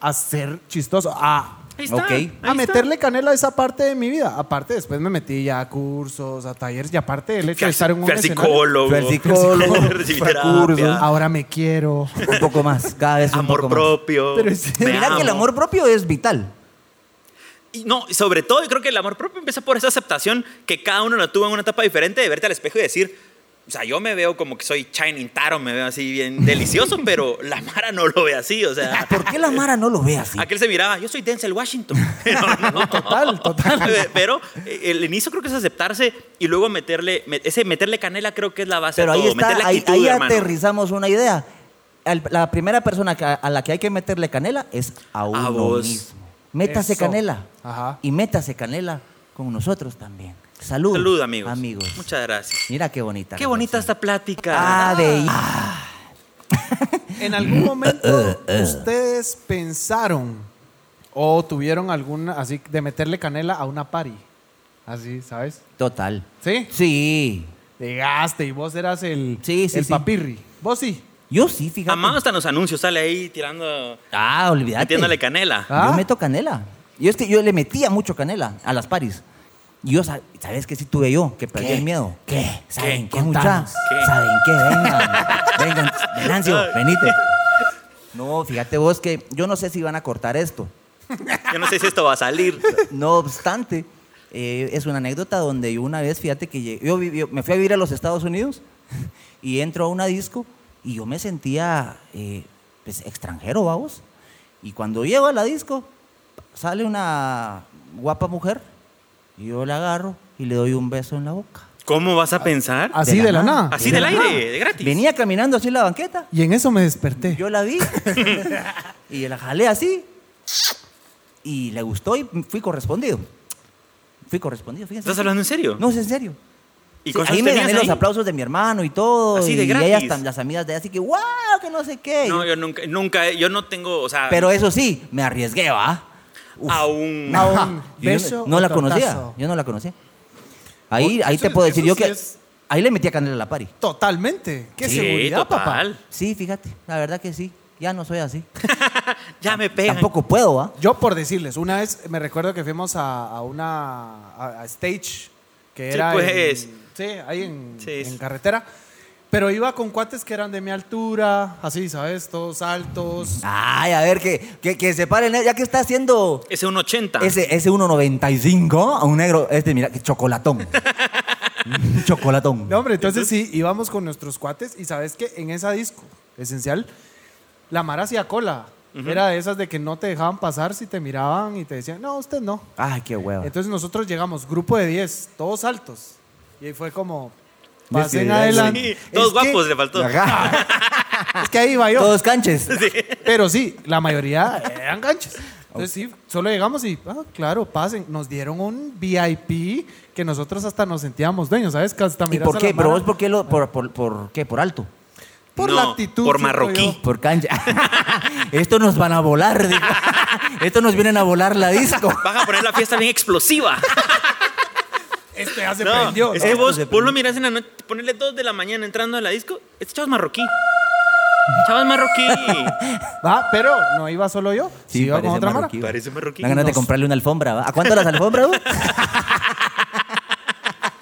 Speaker 1: a ser chistoso, a,
Speaker 3: Ahí
Speaker 2: Ok.
Speaker 3: ahí
Speaker 1: Ah, a meterle canela a esa parte de mi vida. Aparte, después me metí ya a cursos, a talleres y aparte el hecho
Speaker 3: Fui
Speaker 1: de
Speaker 3: al-
Speaker 1: estar en un
Speaker 3: fui al
Speaker 1: escenario,
Speaker 3: psicólogo.
Speaker 2: Fui al psicólogo,
Speaker 3: Recibí
Speaker 2: fui a
Speaker 3: terapia.
Speaker 2: cursos.
Speaker 1: Ahora me quiero.
Speaker 2: Un poco más, cada vez un
Speaker 3: Amor
Speaker 2: poco
Speaker 3: propio.
Speaker 1: Pero sí.
Speaker 3: me
Speaker 2: más. Mirá que el
Speaker 3: amo.
Speaker 2: amor propio es vital.
Speaker 3: Y No, y sobre todo yo creo que el amor propio empieza por esa aceptación que cada uno lo tuvo en una etapa diferente de verte al espejo y decir, o sea, yo me veo como que soy Shining Taro, me veo así bien delicioso, pero la Mara no lo ve así, o sea.
Speaker 2: Ah, ¿Por qué la Mara no lo ve así?
Speaker 3: Aquel se miraba, yo soy Denzel Washington. No, no.
Speaker 1: Total, total.
Speaker 3: Pero eh, el inicio creo que es aceptarse y luego meterle, me- ese meterle canela creo que es la base
Speaker 2: Pero
Speaker 3: de
Speaker 2: ahí
Speaker 3: todo.
Speaker 2: está,
Speaker 3: meterle
Speaker 2: ahí,
Speaker 3: actitud,
Speaker 2: ahí
Speaker 3: hermano.
Speaker 2: aterrizamos una idea. Al- la primera persona que- a la que hay que meterle canela es a uno
Speaker 3: vos.
Speaker 2: mismo. Métase
Speaker 1: Eso.
Speaker 2: canela.
Speaker 1: Ajá.
Speaker 2: Y métase canela con nosotros también. Salud.
Speaker 3: Salud, amigos.
Speaker 2: Amigos.
Speaker 3: Muchas gracias.
Speaker 2: Mira qué bonita.
Speaker 3: Qué bonita
Speaker 2: reflexión.
Speaker 3: esta plática.
Speaker 2: Ah, de
Speaker 1: En algún
Speaker 2: Eh,
Speaker 1: momento ustedes pensaron o tuvieron alguna así de meterle canela a una pari. Así, ¿sabes?
Speaker 2: Total.
Speaker 1: ¿Sí?
Speaker 2: Sí.
Speaker 1: Llegaste y vos eras el,
Speaker 2: Sí, sí,
Speaker 1: el
Speaker 2: sí.
Speaker 1: papirri. Vos sí.
Speaker 2: Yo sí, fíjate.
Speaker 3: Amado hasta en los anuncios, sale ahí tirando,
Speaker 2: Ah, olvídate.
Speaker 3: metiéndole canela.
Speaker 1: Ah.
Speaker 2: Yo meto canela. Yo, es que yo le metía mucho canela a las paris. Y yo, sa- ¿sabes qué sí tuve yo? Que perdí el miedo. ¿Qué? ¿Saben qué,
Speaker 1: ¿Qué?
Speaker 2: muchachos?
Speaker 3: ¿Qué?
Speaker 2: ¿Saben qué? Vengan, vengan, Venancio, venite. No, fíjate vos que yo no sé si van a cortar esto.
Speaker 3: Yo no sé si esto va a salir.
Speaker 2: No obstante, eh, es una anécdota donde yo una vez, fíjate que llegué- yo, viví- yo me fui a vivir a los Estados Unidos y entro a una disco y yo me sentía eh, pues, extranjero, vamos. Y cuando llego a la disco, sale una guapa mujer y yo la agarro y le doy un beso en la boca.
Speaker 3: ¿Cómo vas a pensar?
Speaker 1: Así de la, nada.
Speaker 3: Así del aire, de gratis.
Speaker 2: Venía caminando así en la banqueta
Speaker 1: Y en eso me desperté.
Speaker 2: yo la vi y la jalé así y le gustó y fui correspondido. Fui correspondido, fíjense.
Speaker 3: ¿Estás hablando en serio?
Speaker 2: No, es en serio.
Speaker 3: ¿Y
Speaker 2: Sí,
Speaker 3: con
Speaker 2: ahí
Speaker 3: quién
Speaker 2: me
Speaker 3: tenías
Speaker 2: gané
Speaker 3: ahí?
Speaker 2: los aplausos de mi hermano y todo.
Speaker 3: Así de
Speaker 2: y
Speaker 3: gratis.
Speaker 2: ellas, tam- las amigas de ella, así que, wow, que no sé qué.
Speaker 3: No, yo nunca, nunca, yo no tengo, o sea,
Speaker 2: Pero eso sí, me arriesgué, ¿va? Uf.
Speaker 3: a un...
Speaker 2: No,
Speaker 1: Ajá.
Speaker 2: yo
Speaker 1: Beso
Speaker 2: no, no
Speaker 1: o
Speaker 2: la conocía.
Speaker 1: tortazo.
Speaker 2: Yo no la conocía. Ahí,
Speaker 1: Oh,
Speaker 2: ahí
Speaker 1: eso
Speaker 2: te
Speaker 1: es-
Speaker 2: puedo decir
Speaker 1: eso
Speaker 2: yo
Speaker 1: sí
Speaker 2: que.
Speaker 1: es-
Speaker 2: Ahí le metí a Canela a la pari.
Speaker 1: Totalmente. Qué
Speaker 3: Sí,
Speaker 1: seguridad,
Speaker 3: total.
Speaker 1: papá.
Speaker 2: Sí, fíjate, la verdad que sí. Ya no soy así.
Speaker 3: Ya me pegan.
Speaker 2: Tampoco puedo, ¿va?
Speaker 1: Yo por decirles, una vez me recuerdo que fuimos a, a una a, a stage que
Speaker 3: Sí,
Speaker 1: era en-
Speaker 3: pues.
Speaker 1: sí, ahí en,
Speaker 3: Sí,
Speaker 1: en
Speaker 3: sí.
Speaker 1: carretera. Pero iba con cuates que eran de mi altura, así, ¿sabes? Todos altos.
Speaker 2: Ay, a ver, que, que, que se paren, ¿eh? ya que está haciendo
Speaker 3: Ese 1.80.
Speaker 2: ese, ese 1.95 a un negro, este, mira, que chocolatón. Mm, chocolatón.
Speaker 1: No, hombre, entonces sí, íbamos con nuestros cuates y sabes que en esa disco, esencial, la Mara hacía cola. Era de esas de que no te dejaban pasar si te miraban y te decían, no, usted no.
Speaker 2: Ay, qué hueva.
Speaker 1: Entonces nosotros llegamos, grupo de 10, todos altos. Y ahí fue como,
Speaker 2: Sí,
Speaker 1: pasen
Speaker 2: sí,
Speaker 1: adelante.
Speaker 3: Sí, todos
Speaker 1: Es
Speaker 3: guapos
Speaker 1: que-
Speaker 3: le faltó.
Speaker 2: Ajá.
Speaker 1: Es que ahí iba yo.
Speaker 2: Todos canches.
Speaker 1: Pero sí, la mayoría eran ganchos. Entonces sí, solo llegamos y, ah, claro, pasen. Nos dieron un VIP que nosotros hasta nos sentíamos dueños, ¿sabes? Que hasta
Speaker 2: ¿Y
Speaker 1: miras
Speaker 2: por
Speaker 1: a la
Speaker 2: qué? ¿Pero
Speaker 1: Mara
Speaker 2: vos por qué lo, por, por, por qué? ¿Por alto?
Speaker 1: por
Speaker 3: No,
Speaker 1: la actitud.
Speaker 3: por
Speaker 1: siento
Speaker 3: marroquí.
Speaker 1: yo.
Speaker 2: Por cancha. Esto nos van a volar. dijo. Esto nos vienen a volar la disco.
Speaker 3: Van a poner la fiesta bien explosiva.
Speaker 1: Este ya se
Speaker 3: No,
Speaker 1: prendió.
Speaker 3: es
Speaker 1: ¿no?
Speaker 3: que
Speaker 2: Esto
Speaker 3: vos,
Speaker 2: se
Speaker 3: vos
Speaker 2: prendió.
Speaker 3: lo mirás en la noche, ponerle 2 de la mañana entrando a la disco. Este chavo es marroquí. Chavo es marroquí.
Speaker 1: Va, pero no iba solo yo. Sí, iba con
Speaker 2: parece
Speaker 1: otra mara.
Speaker 2: marroquí.
Speaker 3: Parece marroquí.
Speaker 2: Dan ganas de
Speaker 3: Nos-
Speaker 2: comprarle una alfombra. ¿va? ¿A cuánto las alfombras? vos?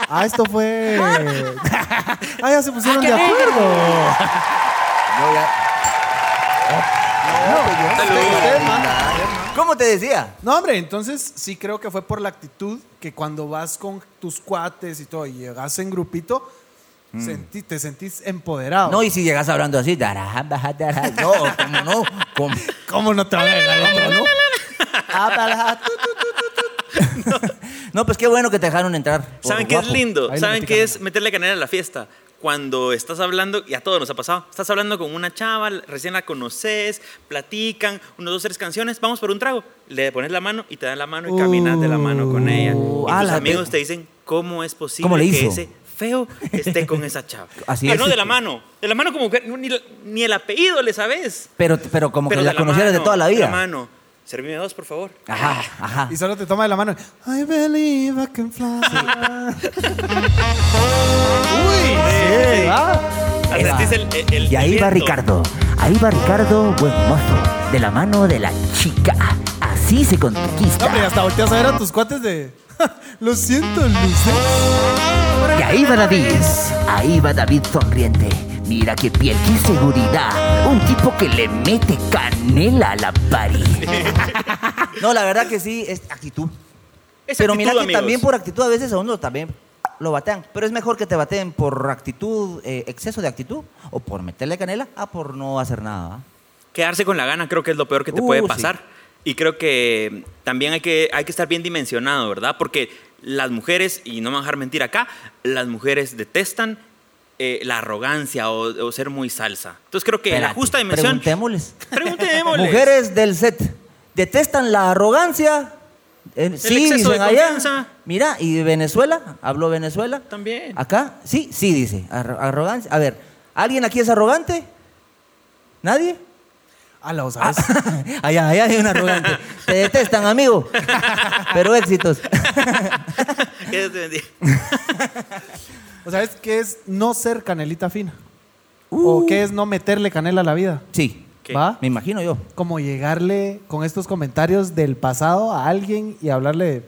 Speaker 1: Ah, esto fue. ah, ya se pusieron de acuerdo. Ustedes mandan.
Speaker 2: ¿Cómo te decía?
Speaker 1: No, hombre, entonces sí creo que fue por la actitud que cuando vas con tus cuates y todo y llegas en grupito, sentí- te sentís empoderado.
Speaker 2: Mm. No, y si llegas hablando así, dará, baja, dará. No, cómo no. ¿Cómo?
Speaker 1: ¿Cómo no te va a llegar otro, no?
Speaker 2: No, pues qué bueno que te dejaron entrar. por
Speaker 3: ¿Saben qué es
Speaker 2: guapo.
Speaker 3: lindo?
Speaker 1: Ahí le
Speaker 3: ¿Saben
Speaker 1: metí
Speaker 3: qué
Speaker 1: canela.
Speaker 3: es meterle canela a la fiesta? Cuando estás hablando, y a todos nos ha pasado, estás hablando con una chava, recién la conoces, platican, unos dos, tres canciones, vamos por un trago. Le pones la mano y te dan la mano y caminas de la mano con ella.
Speaker 2: Uh,
Speaker 3: y
Speaker 2: ah,
Speaker 3: tus
Speaker 2: la-
Speaker 3: amigos te dicen, ¿cómo es posible
Speaker 2: ¿Cómo le
Speaker 3: que
Speaker 2: hizo?
Speaker 3: ese feo esté con esa chava?
Speaker 2: Así
Speaker 3: Pero
Speaker 2: es,
Speaker 3: no de la
Speaker 2: este.
Speaker 3: mano, de la mano como que ni, la- ni el apellido le sabes.
Speaker 2: Pero, pero como
Speaker 3: Pero
Speaker 2: que la
Speaker 3: de la
Speaker 2: conocieras de
Speaker 3: mano,
Speaker 2: toda la
Speaker 3: de
Speaker 2: vida.
Speaker 3: la mano. Servime dos, por favor.
Speaker 2: Ajá, ajá.
Speaker 1: Y solo te toma de la mano. I believe I can fly. Uy, sí, ¿va?
Speaker 3: Así
Speaker 2: Eva.
Speaker 3: dice el- el- el
Speaker 2: y ahí va
Speaker 3: viento.
Speaker 2: Ricardo. Ahí va Ricardo, buen mozo, de la mano de la chica. Así se
Speaker 1: No, hombre,
Speaker 2: conquista.
Speaker 1: hasta volteas a ver a tus cuates de. Lo siento, Luis.
Speaker 2: Y ahí va David. Ahí va David sonriente. Mira qué piel, qué seguridad. Un tipo que le mete canela a la pari. no, la verdad que sí, es actitud.
Speaker 3: Es
Speaker 2: Pero mira
Speaker 3: actitud,
Speaker 2: que
Speaker 3: amigos.
Speaker 2: también por actitud a veces a uno también lo batean. Pero es mejor que te bateen por actitud, eh, exceso de actitud, o por meterle canela, a por no hacer nada. ¿va?
Speaker 3: Quedarse con la gana creo que es lo peor que te
Speaker 2: Uh,
Speaker 3: puede
Speaker 2: sí.
Speaker 3: pasar. Y creo que también hay que, hay que estar bien dimensionado, ¿verdad? Porque las mujeres, y no me van a dejar mentir acá, las mujeres detestan eh, la arrogancia o, o ser muy salsa. Entonces creo que en la
Speaker 2: Espérate,
Speaker 3: justa dimensión...
Speaker 2: Preguntémosles.
Speaker 3: Preguntémosles.
Speaker 2: Mujeres del set, ¿detestan la arrogancia? Eh, sí,
Speaker 3: exceso
Speaker 2: dicen
Speaker 3: de
Speaker 2: allá.
Speaker 3: confianza.
Speaker 2: Mira, y de Venezuela, habló Venezuela.
Speaker 3: También.
Speaker 2: Acá, sí, sí, dice. Ar- arrogancia. A ver, ¿alguien aquí es arrogante? ¿Nadie?
Speaker 1: A la osa.
Speaker 2: Ah. allá, allá hay un arrogante. Te detestan, amigo. Pero éxitos.
Speaker 3: Que Dios te bendiga.
Speaker 1: O sea, es que es no ser canelita fina.
Speaker 2: Uh.
Speaker 1: O que es no meterle canela a la vida.
Speaker 2: Sí,
Speaker 3: ¿Qué?
Speaker 1: ¿Va?
Speaker 2: me imagino yo.
Speaker 1: Como llegarle con estos comentarios del pasado a alguien y hablarle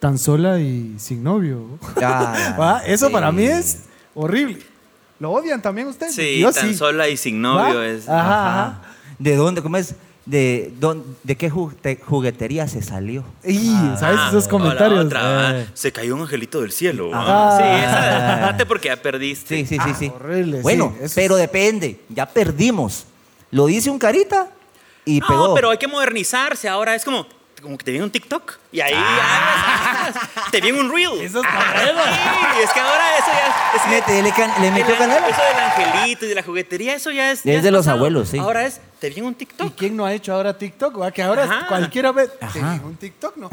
Speaker 1: tan sola y sin novio.
Speaker 2: Ah,
Speaker 1: ¿Va? Eso
Speaker 2: sí.
Speaker 1: para mí es horrible. ¿Lo odian también ustedes?
Speaker 3: Sí,
Speaker 1: Yo
Speaker 3: tan
Speaker 1: sí.
Speaker 3: sola y sin novio
Speaker 1: ¿Va?
Speaker 3: es...
Speaker 1: Ajá, ajá.
Speaker 2: ¿De dónde? ¿Cómo es? ¿De, dónde, de qué juguete- juguetería se salió?
Speaker 1: Y, ¿sabes?
Speaker 3: Ah,
Speaker 1: Esos
Speaker 3: o la
Speaker 1: comentarios.
Speaker 3: otra, ah,
Speaker 1: eh,
Speaker 3: Se cayó un angelito del cielo.
Speaker 1: Ajá.
Speaker 3: ah. Sí, esa, date porque ya perdiste.
Speaker 2: Sí, sí, sí,
Speaker 1: Ah,
Speaker 2: sí.
Speaker 1: horrible, sí,
Speaker 2: bueno,
Speaker 1: eso es-
Speaker 2: pero depende. Ya perdimos. Lo dice un carita y
Speaker 3: no,
Speaker 2: pegó.
Speaker 3: pero hay que modernizarse ahora. Es como, como que te viene un TikTok y ahí ah, te viene un Reel.
Speaker 1: Eso es
Speaker 3: Ah, sí, es que ahora eso ya es. es que
Speaker 2: Métele can- le metió
Speaker 3: el-
Speaker 2: canela.
Speaker 3: Eso del angelito y de la juguetería, eso ya es. ya
Speaker 2: Es de
Speaker 3: es
Speaker 2: los
Speaker 3: pasado.
Speaker 2: abuelos, sí.
Speaker 3: Ahora es, te viene un
Speaker 1: ¿Y
Speaker 3: TikTok.
Speaker 1: quién no ha hecho ahora TikTok? ¿Va? Que ahora
Speaker 3: Ajá.
Speaker 1: cualquiera ve.
Speaker 2: Ajá.
Speaker 1: Te digo, un TikTok, ¿no?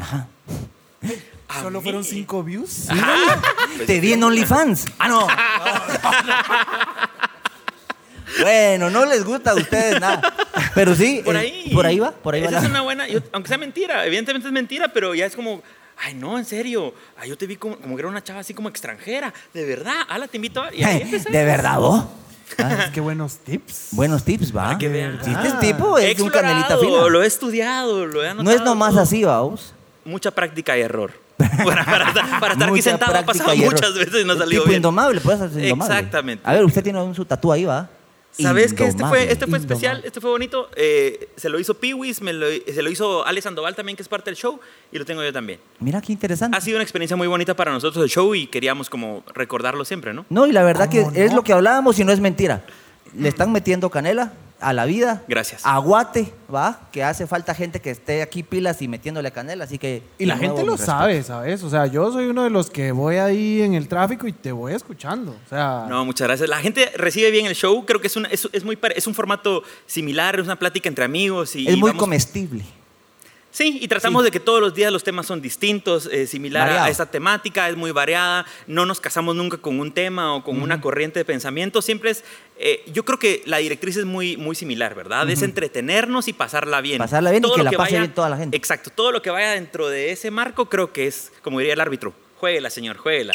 Speaker 1: Hey,
Speaker 3: A
Speaker 1: Solo
Speaker 3: mí.
Speaker 1: fueron cinco views.
Speaker 3: Pues,
Speaker 2: Te vi en OnlyFans. Ah, no. bueno, no les gusta a ustedes nada. Pero sí.
Speaker 3: Por
Speaker 2: eh,
Speaker 3: ahí.
Speaker 2: por ahí va. Por ahí va.
Speaker 3: Esa es
Speaker 2: la-
Speaker 3: una buena. yo- aunque sea mentira, evidentemente es mentira, pero ya es como. Ay, no, en serio. Ay, yo te vi como, como que era una chava así como extranjera. De verdad. Ala, te invito a. Y ahí empezó.
Speaker 2: De verdad, vos.
Speaker 1: Ah, Qué buenos tips.
Speaker 2: Buenos tips, va.
Speaker 3: Para Ah, que vean.
Speaker 2: Si este es tipo es
Speaker 3: He
Speaker 2: un canelita
Speaker 3: explorado,
Speaker 2: fina.
Speaker 3: Lo he estudiado, lo he anotado.
Speaker 2: No es nomás
Speaker 3: todo.
Speaker 2: así, vamos.
Speaker 3: Mucha práctica y error. para, para- para estar aquí
Speaker 2: Mucha
Speaker 3: sentado ha
Speaker 2: práctica
Speaker 3: pasado
Speaker 2: y error.
Speaker 3: muchas veces y no ha
Speaker 2: Es
Speaker 3: salido
Speaker 2: tipo
Speaker 3: bien.
Speaker 2: indomable, puedes hacer indomable.
Speaker 3: Exactamente.
Speaker 2: A ver, usted tiene un su tatu ahí, va.
Speaker 3: ¿Sabes que este fue,
Speaker 2: Indomable.
Speaker 3: este fue especial?
Speaker 1: Indomable.
Speaker 3: Este fue bonito. eh, se lo hizo Peewees, me lo- se lo hizo Ale Sandoval también, que es parte del show, y lo tengo yo también.
Speaker 2: Mira qué interesante.
Speaker 3: Ha sido una experiencia muy bonita para nosotros el show y queríamos como recordarlo siempre, ¿no? Mm.
Speaker 2: No, y la verdad que
Speaker 1: ¿Cómo
Speaker 2: es
Speaker 1: no?
Speaker 2: lo que hablábamos y no es mentira. Le están metiendo canela a la vida.
Speaker 3: Gracias.
Speaker 2: Aguate, va, que hace falta gente que esté aquí pilas y metiéndole canela, así que...
Speaker 1: Y la
Speaker 2: de
Speaker 1: gente
Speaker 2: nuevo,
Speaker 1: lo
Speaker 2: mi respeto.
Speaker 1: sabe, ¿sabes? O sea, yo soy uno de los que voy ahí en el tráfico y te voy escuchando. O sea,
Speaker 3: No, muchas gracias. La gente recibe bien el show. Creo que es, una- es, es muy, pare- es un formato similar, es una plática entre amigos. Y,
Speaker 2: Es
Speaker 3: y
Speaker 2: muy
Speaker 3: vamos-
Speaker 2: comestible.
Speaker 3: Sí, y tratamos de que todos los días los temas son distintos, eh, similar a- a
Speaker 2: Variado.
Speaker 3: esta temática, es muy variada, no nos casamos nunca con un tema o con una corriente de pensamiento, siempre es, eh, yo creo que la directriz es muy, muy similar, ¿verdad? Es entretenernos y pasarla bien.
Speaker 2: Pasarla bien y que
Speaker 3: lo
Speaker 2: la pase bien toda la gente.
Speaker 3: Exacto, todo lo que vaya dentro de ese marco creo que es, como diría el árbitro, juéguela, señor, juéguela.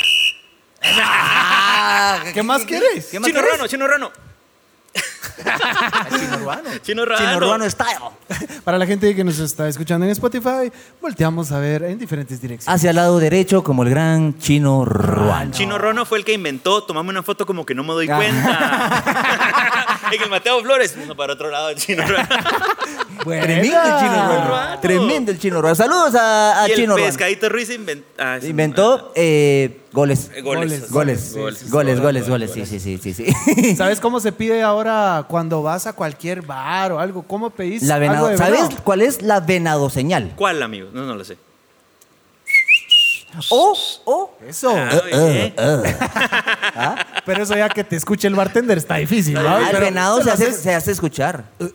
Speaker 1: Ah, ¿qué más quieres?
Speaker 2: ¿Qué más
Speaker 3: Chino
Speaker 2: querés?
Speaker 3: Ruano, Chino Ruano,
Speaker 2: Chino Urbano.
Speaker 3: Chino Ruano.
Speaker 2: Chino Urbano style.
Speaker 1: Para la gente que nos está escuchando en Spotify, volteamos a ver en diferentes direcciones.
Speaker 2: Hacia el lado derecho como el gran Chino Ruano.
Speaker 3: Chino Ruano fue el que inventó, tomame una foto como que no me doy
Speaker 2: Ah.
Speaker 3: cuenta. en el Mateo Flores, uno para otro lado, Chino Ruano.
Speaker 1: Buena.
Speaker 2: Tremendo el Chino Ruano.
Speaker 3: Ruano.
Speaker 2: Tremendo el Chino Ruano. Saludos a, a
Speaker 3: y el
Speaker 2: Chino Ruano.
Speaker 3: pescadito Ruiz invent- ah, sí,
Speaker 2: Inventó eh, goles.
Speaker 3: eh, goles.
Speaker 2: Goles, goles, goles, goles, Sí, sí, sí, sí, sí.
Speaker 1: ¿Sabes cómo se pide ahora cuando vas a cualquier bar o algo? ¿Cómo pedís?
Speaker 2: La
Speaker 1: algo
Speaker 2: venado.
Speaker 1: de
Speaker 2: ¿Sabes
Speaker 1: venado?
Speaker 2: cuál es la venado señal?
Speaker 3: ¿Cuál, amigo? No, no lo sé.
Speaker 2: O, o.
Speaker 1: Eso.
Speaker 3: Ah, oye, eh.
Speaker 1: Pero eso ya que te escuche el bartender está difícil. ¿no?
Speaker 2: Ah, el
Speaker 1: Pero
Speaker 2: venado
Speaker 1: se
Speaker 2: se
Speaker 1: lo
Speaker 2: hace,
Speaker 1: haces-
Speaker 2: se hace escuchar. Eh,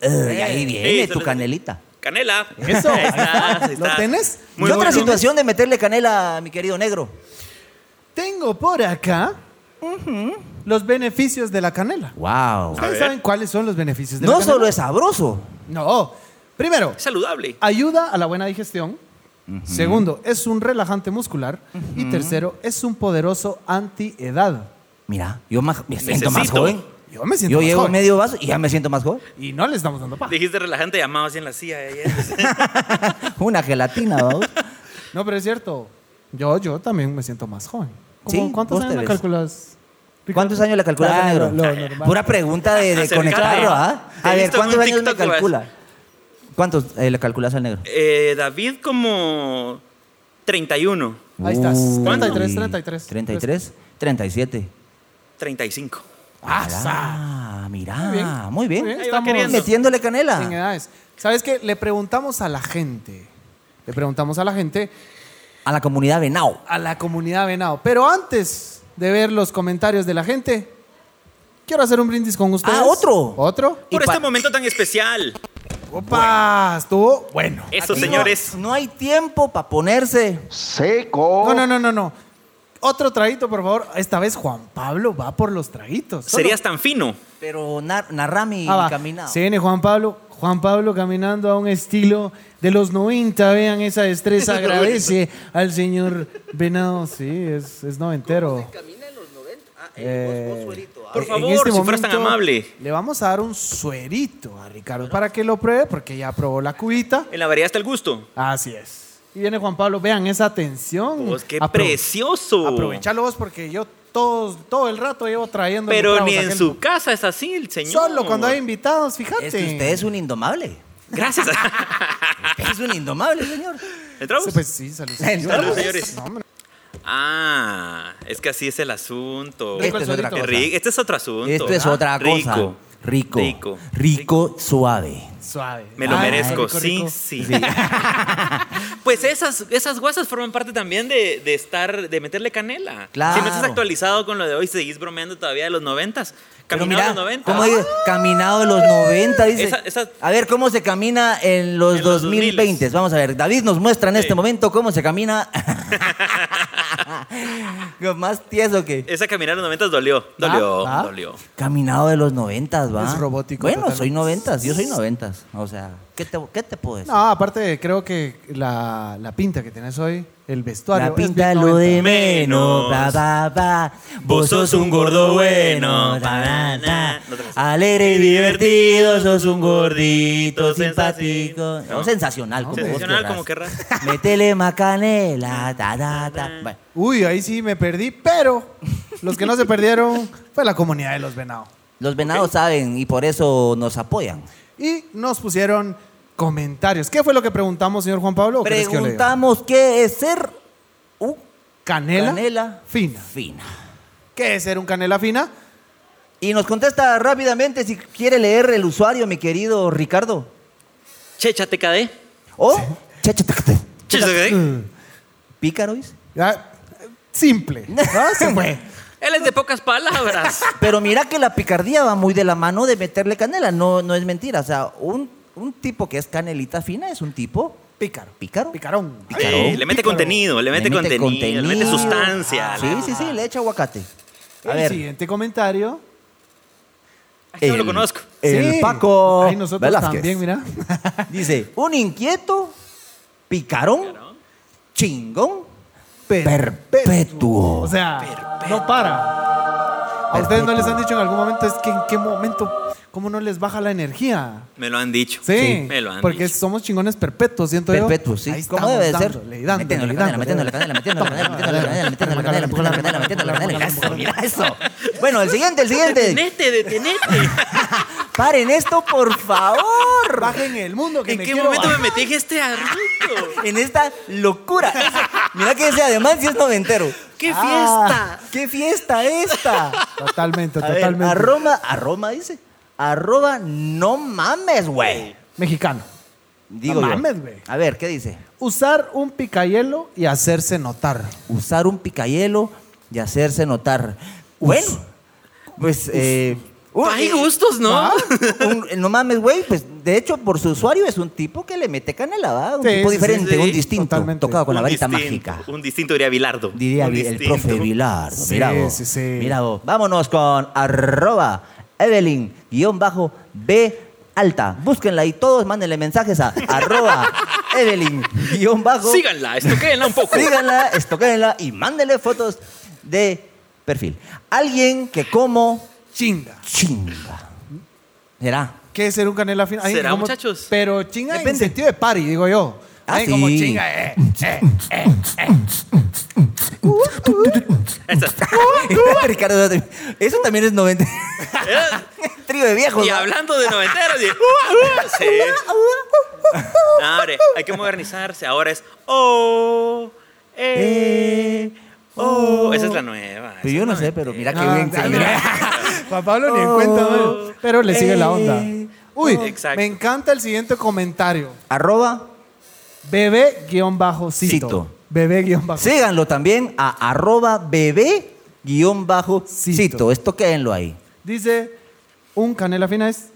Speaker 2: eh, y ahí
Speaker 3: Sí,
Speaker 2: viene
Speaker 3: se
Speaker 2: tu
Speaker 3: lo-
Speaker 2: canelita.
Speaker 3: Canela.
Speaker 1: Eso,
Speaker 3: Ahí está, ahí
Speaker 1: ¿lo
Speaker 3: está.
Speaker 1: tenés?
Speaker 3: Muy
Speaker 2: y otra
Speaker 3: bueno.
Speaker 2: situación de meterle canela a mi querido negro.
Speaker 1: Tengo por acá los beneficios de la canela.
Speaker 2: Wow.
Speaker 1: ¿Ustedes
Speaker 3: ver.
Speaker 1: saben cuáles son los beneficios de la
Speaker 2: No
Speaker 1: canela?
Speaker 2: solo es sabroso,
Speaker 1: No. Primero,
Speaker 3: Es saludable.
Speaker 1: ayuda a la buena digestión. Segundo, es un relajante muscular. Y tercero, es un poderoso antiedad.
Speaker 2: Mira, yo más- me siento
Speaker 3: Necesito.
Speaker 2: más joven.
Speaker 1: Yo me siento
Speaker 2: Yo
Speaker 1: más
Speaker 2: llevo
Speaker 1: joven.
Speaker 2: medio vaso y ya me siento más joven.
Speaker 1: Y no le estamos dando paja.
Speaker 3: Dijiste relajante, llamado así en la silla. eh, de ayer.
Speaker 2: Una gelatina, vamos.
Speaker 1: No, pero es cierto. Yo, yo también me siento más joven.
Speaker 2: Sí,
Speaker 1: ¿Cómo- ¿Cuántos
Speaker 2: vos te
Speaker 1: años me
Speaker 2: ves.
Speaker 1: calculas? Ricardo?
Speaker 2: ¿Cuántos años le calculas
Speaker 1: Claro,
Speaker 2: negro?
Speaker 1: lo normal.
Speaker 2: Pura pregunta de, de
Speaker 3: Acercate.
Speaker 2: conectarlo, ¿ah?
Speaker 3: He
Speaker 2: A ver,
Speaker 3: visto en
Speaker 2: ¿cuántos
Speaker 3: un
Speaker 2: años le
Speaker 3: TikTok, vas.
Speaker 2: calcula? ¿Cuántos eh, le calculas al negro?
Speaker 3: Eh, David como 31,
Speaker 1: Ahí estás.
Speaker 2: Uy,
Speaker 1: 33, 33.
Speaker 2: 33, 37.
Speaker 3: 35.
Speaker 2: Ah, mira,
Speaker 1: Muy bien.
Speaker 2: muy bien.
Speaker 1: Muy bien,
Speaker 3: Ahí va queriendo.
Speaker 2: Metiéndole canela.
Speaker 1: Sin edades. ¿Sabes qué? Le preguntamos a la gente. Le preguntamos a la gente,
Speaker 2: A la comunidad Venao.
Speaker 1: a la comunidad Venado. Pero antes de ver los comentarios de la gente, quiero hacer un brindis con ustedes.
Speaker 2: Ah, ¿otro?
Speaker 1: ¿Otro?
Speaker 2: Y
Speaker 3: Por
Speaker 2: pa-
Speaker 3: este momento tan especial.
Speaker 1: Opa, estuvo bueno.
Speaker 3: Eso,
Speaker 2: Aquí no-
Speaker 3: señores.
Speaker 2: No, hay tiempo para ponerse.
Speaker 4: seco.
Speaker 1: No, no, no, no, no. Otro traguito, por favor. Esta vez Juan Pablo va por los traguitos.
Speaker 3: Serías tan fino.
Speaker 2: Pero nar, narra mi
Speaker 1: Ah, va.
Speaker 2: caminado.
Speaker 1: Se viene Juan Pablo. Juan Pablo caminando a un estilo de los 90. Vean esa destreza. Agradece al señor Venado. Sí, es, es noventero.
Speaker 3: Ah, eh,
Speaker 1: Eh,
Speaker 3: Por
Speaker 1: En
Speaker 3: favor,
Speaker 1: este
Speaker 3: si fueras tan
Speaker 1: momento,
Speaker 3: amable.
Speaker 1: Le vamos a dar un suerito a Ricardo para que lo pruebe, porque ya probó la cubita.
Speaker 3: En la variedad está el gusto.
Speaker 1: Así es. Y viene Juan Pablo. Vean esa atención.
Speaker 3: Vos, qué
Speaker 1: Apro-
Speaker 3: precioso.
Speaker 1: Aprovechalo vos, porque yo todo, todo el rato llevo trayendo.
Speaker 3: Pero ni en su casa es así el señor.
Speaker 1: Solo cuando hay invitados, fíjate.
Speaker 2: Es que usted es un indomable.
Speaker 3: Gracias.
Speaker 2: Usted es un indomable, señor.
Speaker 3: ¿Entramos?
Speaker 1: Sí, Pues sí, salud.
Speaker 3: Salud, señores.
Speaker 1: No, hombre.
Speaker 3: Ah, es que así es el asunto.
Speaker 1: Rico
Speaker 2: Esto
Speaker 1: el
Speaker 2: es otra
Speaker 1: suerito.
Speaker 2: cosa.
Speaker 3: Ri- Este es otro asunto. Ah,
Speaker 2: Esto es otra cosa.
Speaker 3: Rico.
Speaker 2: Rico.
Speaker 3: Rico.
Speaker 2: Rico. suave.
Speaker 1: Suave.
Speaker 3: Me lo
Speaker 1: Ay,
Speaker 3: merezco,
Speaker 1: rico,
Speaker 3: sí,
Speaker 1: rico.
Speaker 3: sí. pues esas, esas guasas forman parte también de, de estar, de meterle canela.
Speaker 2: Claro.
Speaker 3: Si no estás actualizado con lo de hoy, seguís bromeando todavía de los noventas.
Speaker 2: Pero
Speaker 3: Caminado de
Speaker 2: mira,
Speaker 3: los noventas.
Speaker 2: ¿cómo dice? Caminado de los 90, dice.
Speaker 3: Esa- esa-
Speaker 2: A ver, ¿cómo se camina en los
Speaker 3: En los
Speaker 2: 2020? Vamos a ver, David nos muestra en
Speaker 3: Sí.
Speaker 2: este momento cómo se camina. Lo Más tieso que...
Speaker 3: Esa caminar de los noventas dolió,
Speaker 2: ¿Ah?
Speaker 3: dolió,
Speaker 1: va.
Speaker 3: dolió.
Speaker 2: Caminado de los 90, ¿va?
Speaker 1: Es robótico
Speaker 2: Bueno,
Speaker 1: totalmente.
Speaker 2: soy 90, yo soy 90. O sea, ¿qué te, qué te puedo decir?
Speaker 1: No, aparte creo que la, la pinta que tenés hoy, el vestuario.
Speaker 2: La
Speaker 1: es
Speaker 2: pinta
Speaker 1: bien
Speaker 2: lo
Speaker 1: 90.
Speaker 2: de
Speaker 3: Menos.
Speaker 2: menos. Va, va, va.
Speaker 3: Vos sos un gordo bueno. Ta, na, na.
Speaker 2: Alegre y divertido, sos un gordito simpático.
Speaker 3: No.
Speaker 2: No, sensacional, como
Speaker 3: Sensacional
Speaker 2: vos
Speaker 3: como
Speaker 2: querrás.
Speaker 3: querrás.
Speaker 2: Métele macanela. Ta, ta, ta. Bueno,
Speaker 1: Uy, ahí sí me perdí, pero los que no se perdieron fue la comunidad de los venados.
Speaker 2: los venados saben y por eso nos apoyan.
Speaker 1: Y nos pusieron comentarios. ¿Qué fue lo que preguntamos, señor Juan Pablo? o querés que yo le diga?
Speaker 2: Preguntamos qué es ser un
Speaker 1: canela,
Speaker 2: canela
Speaker 1: fina.
Speaker 2: fina.
Speaker 1: ¿Qué es ser un canela fina?
Speaker 2: Y nos contesta rápidamente si quiere leer el usuario, mi querido Ricardo.
Speaker 3: Checha TKD.
Speaker 2: O Chachatac-
Speaker 3: Checha TKD.
Speaker 2: Pícaro, dice.
Speaker 1: Ah, Simple. ¿no? Se fue.
Speaker 3: Él es de pocas palabras.
Speaker 2: Pero mira que la picardía va muy de la mano de meterle canela, no, no es mentira. O sea, un, un tipo que es canelita fina es un tipo
Speaker 1: Pícaro.
Speaker 2: pícaro.
Speaker 1: Picarón.
Speaker 2: Pícaro.
Speaker 3: Sí, le mete
Speaker 1: Pícaro.
Speaker 3: contenido, le mete, contenido, le mete
Speaker 2: contenido.
Speaker 3: sustancia.
Speaker 2: Sí, sí, sí, le echa aguacate. A
Speaker 1: el
Speaker 2: ver,
Speaker 1: siguiente comentario.
Speaker 3: Ay, no lo
Speaker 2: El-
Speaker 3: conozco.
Speaker 2: El Paco
Speaker 1: Ay, nosotros
Speaker 2: Velázquez.
Speaker 1: también, mira.
Speaker 2: dice, un inquieto, picarón, chingón, perpetuo.
Speaker 1: O sea, no para. ¿A ustedes no les han dicho en algún momento es que en qué momento, cómo no les baja la energía?
Speaker 3: Me lo han dicho.
Speaker 1: Sí,
Speaker 3: Me lo han
Speaker 1: porque
Speaker 3: dicho.
Speaker 1: somos chingones perpetuos, siento
Speaker 2: Perpetuo,
Speaker 1: yo.
Speaker 2: sí.
Speaker 1: Ahí
Speaker 2: ¿Cómo
Speaker 1: estamos
Speaker 2: debe de ser?
Speaker 1: dándole y dándole
Speaker 2: Metiéndole
Speaker 1: y
Speaker 2: canela,
Speaker 1: dándole.
Speaker 2: metiéndole canela, metiéndole canela, metiéndole canela, metiéndole canela, metiéndole canela, metiéndole canela. Eso, mira eso. Bueno, el siguiente, el siguiente.
Speaker 3: Detenete, detenete.
Speaker 2: Paren esto, por favor.
Speaker 1: Bajen el mundo que
Speaker 3: ¿En
Speaker 1: me
Speaker 3: qué
Speaker 1: quiero
Speaker 3: momento me
Speaker 1: bajar.
Speaker 3: metí en este asunto?
Speaker 2: En esta locura. Mira que ese además sí es noventero.
Speaker 3: ¡Qué
Speaker 2: Ah, ¡Qué fiesta esta!
Speaker 1: Totalmente,
Speaker 2: A ver,
Speaker 1: totalmente.
Speaker 2: arroba, arroba dice. Arroba, no mames, güey.
Speaker 1: Mexicano. No
Speaker 2: Digo yo.
Speaker 1: mames, güey.
Speaker 2: A ver, ¿qué dice?
Speaker 1: Usar un picayelo y hacerse notar.
Speaker 2: usar un picayelo y hacerse notar. Bueno, pues... eh, un-
Speaker 3: Hay gustos, ¿no?
Speaker 1: ¿Ah?
Speaker 2: un- no mames, güey, pues de hecho por su usuario es un tipo que le mete canela, ¿va? Un
Speaker 1: Sí,
Speaker 2: tipo
Speaker 1: sí,
Speaker 2: diferente,
Speaker 3: sí, sí.
Speaker 2: un distinto,
Speaker 1: Totalmente.
Speaker 2: tocado con la
Speaker 3: Un
Speaker 2: varita
Speaker 3: distinto,
Speaker 2: mágica.
Speaker 3: Un distinto diría Bilardo.
Speaker 2: Diría
Speaker 3: Un
Speaker 2: vi- el
Speaker 3: distinto.
Speaker 2: profe Vilar.
Speaker 1: Sí,
Speaker 2: mira vos.
Speaker 1: sí, sí.
Speaker 2: Mira vos. Vámonos con arroba Evelyn, guión bajo B. alta. Búsquenla y todos mándenle mensajes a arroba Evelyn guión bajo.
Speaker 3: Síganla, estoquéenla un poco.
Speaker 2: Síganla, estoquéenla y mándenle fotos de perfil. Alguien que como
Speaker 1: Chinga.
Speaker 2: chinga. ¿Será?
Speaker 1: ¿Qué es ser un canela final? Ay,
Speaker 3: ¿Será, muchachos?
Speaker 1: Pero chinga en
Speaker 2: Depende.
Speaker 1: sentido de party, digo yo.
Speaker 2: Ah,
Speaker 1: Ay, como
Speaker 2: sí.
Speaker 1: chinga, eh, eh.
Speaker 3: Esa-
Speaker 1: eh.
Speaker 2: Ricardo, eso también es 90. Trío de viejos.
Speaker 3: ¿Eh? Y
Speaker 2: ¿no?
Speaker 3: hablando de noventeros, y- Sí. No, hombre, hay que modernizarse. Ahora es oh, eh, oh. Esa es la nueva.
Speaker 2: Pero
Speaker 3: esa
Speaker 2: yo
Speaker 3: es
Speaker 2: no
Speaker 3: la
Speaker 2: sé,
Speaker 3: nueva.
Speaker 2: pero mira qué
Speaker 1: Ah,
Speaker 2: bien. que
Speaker 1: ah,
Speaker 2: mira.
Speaker 1: Juan Pablo ni en
Speaker 2: Oh,
Speaker 1: cuenta, ¿no? pero le sigue la onda.
Speaker 2: eh,
Speaker 1: Uy,
Speaker 3: Exacto.
Speaker 1: me encanta el siguiente comentario.
Speaker 2: Arroba.
Speaker 1: Bebé-cito.
Speaker 2: Cito.
Speaker 1: Bebé-cito.
Speaker 2: Síganlo también a arroba bebé guión bajo
Speaker 1: Cito.
Speaker 2: cito. Esto quédenlo ahí.
Speaker 1: Dice, un canela fina es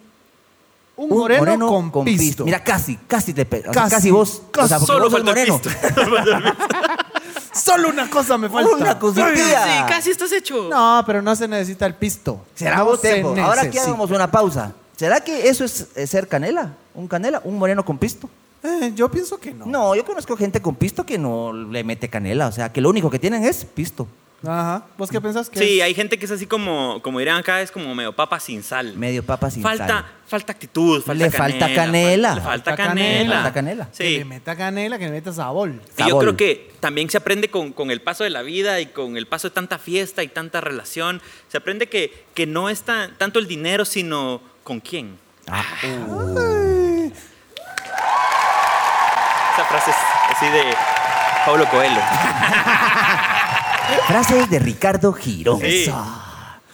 Speaker 1: un, moreno, con, pisto.
Speaker 2: Mira, casi, casi te pe- o sea,
Speaker 1: Casi,
Speaker 2: Casi, vos. o sea,
Speaker 1: casi.
Speaker 2: porque
Speaker 3: Solo
Speaker 2: vos sos
Speaker 3: falta el
Speaker 2: moreno.
Speaker 3: pisto.
Speaker 1: Solo una cosa me falta.
Speaker 2: Una cosita.
Speaker 3: Sí, casi estás hecho.
Speaker 1: No, pero no se necesita el pisto.
Speaker 2: Será
Speaker 1: No
Speaker 2: vos
Speaker 1: se
Speaker 2: tiempo. Ahora aquí
Speaker 1: necesita.
Speaker 2: hagamos una pausa. ¿Será que eso es eh, ser canela? ¿Un canela? ¿Un moreno con pisto?
Speaker 1: Eh, yo pienso que no.
Speaker 2: No, yo conozco gente con pisto que no le mete canela. O sea, que lo único que tienen es pisto.
Speaker 1: Ajá. ¿Vos qué pensás que
Speaker 3: Sí, eh,
Speaker 1: es?
Speaker 3: hay gente que es así como, como dirán acá, es como medio papa sin sal.
Speaker 2: Medio papa sin
Speaker 3: falta,
Speaker 2: sal.
Speaker 3: Falta actitud, falta
Speaker 2: Le
Speaker 3: canela.
Speaker 2: falta canela.
Speaker 3: Le falta
Speaker 1: Falta
Speaker 3: canela.
Speaker 1: canela.
Speaker 2: Falta canela.
Speaker 1: Que le
Speaker 3: Sí.
Speaker 1: meta canela, que le meta sabor.
Speaker 3: Y yo
Speaker 2: Sabor.
Speaker 3: creo que también se aprende con, con el paso de la vida y con el paso de tanta fiesta y tanta relación. Se aprende que, que no es tan- tanto el dinero, sino con quién.
Speaker 2: Ah,
Speaker 3: Esa frase es así de Pablo Coelho.
Speaker 2: Frases de Ricardo Girón.
Speaker 3: Sí.
Speaker 2: Eso.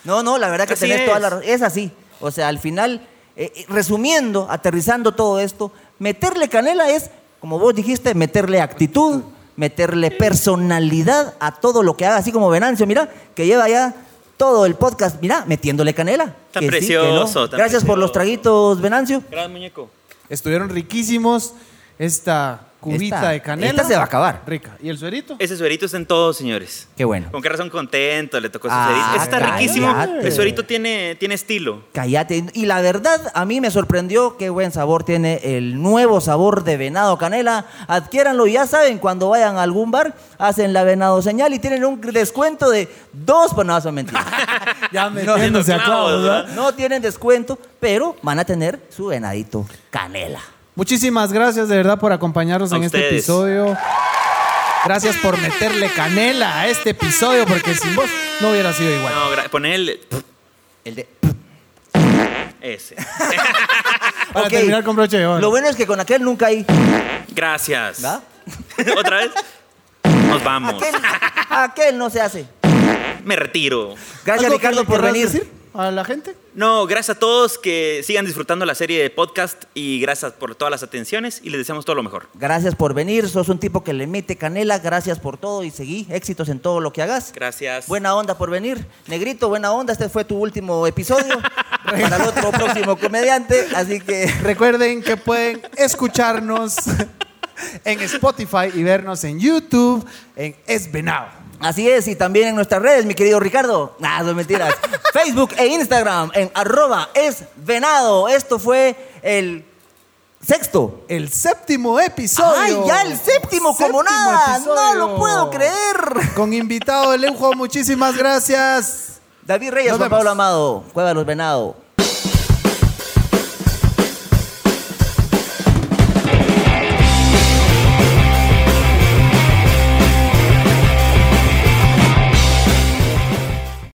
Speaker 2: No, no, la verdad que
Speaker 3: Así
Speaker 2: tenés
Speaker 3: es.
Speaker 2: toda la razón. Es así. O sea, al final, eh, eh, resumiendo, aterrizando todo esto, meterle canela es, como vos dijiste, meterle actitud, meterle personalidad a todo lo que haga, así como Venancio, mira, que lleva ya todo el podcast, mira, metiéndole canela.
Speaker 3: Tan
Speaker 2: Que sí, que no.
Speaker 3: precioso, tan
Speaker 2: Gracias por los
Speaker 3: precioso.
Speaker 2: traguitos, Venancio.
Speaker 3: Gran muñeco.
Speaker 1: Estuvieron riquísimos. Esta cubita
Speaker 2: Esta-
Speaker 1: de canela.
Speaker 2: esta se va a acabar.
Speaker 1: Rica. ¿Y el suerito?
Speaker 3: Ese suerito está en todos, señores.
Speaker 2: Qué bueno.
Speaker 3: Con qué razón contento, le tocó su
Speaker 2: Ah,
Speaker 3: suerito. Ese Está
Speaker 2: cállate.
Speaker 3: riquísimo. El suerito tiene, tiene estilo.
Speaker 2: Cállate. Y la verdad, a mí me sorprendió qué buen sabor tiene el nuevo sabor de venado canela. Adquiéranlo, ya saben, cuando vayan a algún bar, hacen la venado señal y tienen un descuento de dos, pues no, son mentiras.
Speaker 1: Ya
Speaker 3: Haciendo
Speaker 1: metiéndose a
Speaker 3: clavos,
Speaker 1: clavos, ¿verdad?
Speaker 2: No tienen descuento, pero van a tener su venadito canela.
Speaker 1: Muchísimas gracias de verdad por acompañarnos
Speaker 3: A
Speaker 1: en este
Speaker 3: ustedes.
Speaker 1: episodio. Gracias por meterle canela a este episodio, porque sin vos no hubiera sido igual.
Speaker 3: No, gra- poner el...
Speaker 2: El de-
Speaker 3: Ese.
Speaker 1: Para
Speaker 2: Ok.
Speaker 1: terminar con broche de oro.
Speaker 2: Lo bueno es que con aquel nunca hay.
Speaker 3: Gracias.
Speaker 2: ¿Va?
Speaker 3: ¿Otra vez? Nos vamos.
Speaker 2: Aquel, aquel no se hace.
Speaker 3: Me retiro.
Speaker 2: Gracias,
Speaker 1: ¿Algo que
Speaker 2: Ricardo,
Speaker 1: le
Speaker 2: por
Speaker 1: querrás
Speaker 2: venir.
Speaker 1: decir a la gente?
Speaker 3: No, gracias a todos que sigan disfrutando la serie de podcast y gracias por todas las atenciones y les deseamos todo lo mejor.
Speaker 2: Gracias por venir. Sos un tipo que le mete canela. Gracias por todo y seguí. Éxitos en todo lo que hagas.
Speaker 3: Gracias.
Speaker 2: Buena onda por venir. Negrito, buena onda. Este fue tu último episodio para el otro próximo comediante. Así que
Speaker 1: Recuerden que pueden escucharnos en Spotify y vernos en YouTube en Esvenado.
Speaker 2: así es. Y también en nuestras redes, mi querido Ricardo. Nada, son mentiras. Facebook e Instagram en arroba es venado. Esto fue el sexto.
Speaker 1: El séptimo episodio.
Speaker 2: ¡Ay, ya el séptimo, como
Speaker 1: Séptimo
Speaker 2: nada! ¡No
Speaker 1: episodio.
Speaker 2: lo puedo creer!
Speaker 1: Con invitado de lujo, muchísimas gracias.
Speaker 2: David Reyes,
Speaker 1: Nos
Speaker 2: Juan
Speaker 1: vemos.
Speaker 2: Pablo Amado, Cueva de los Venado.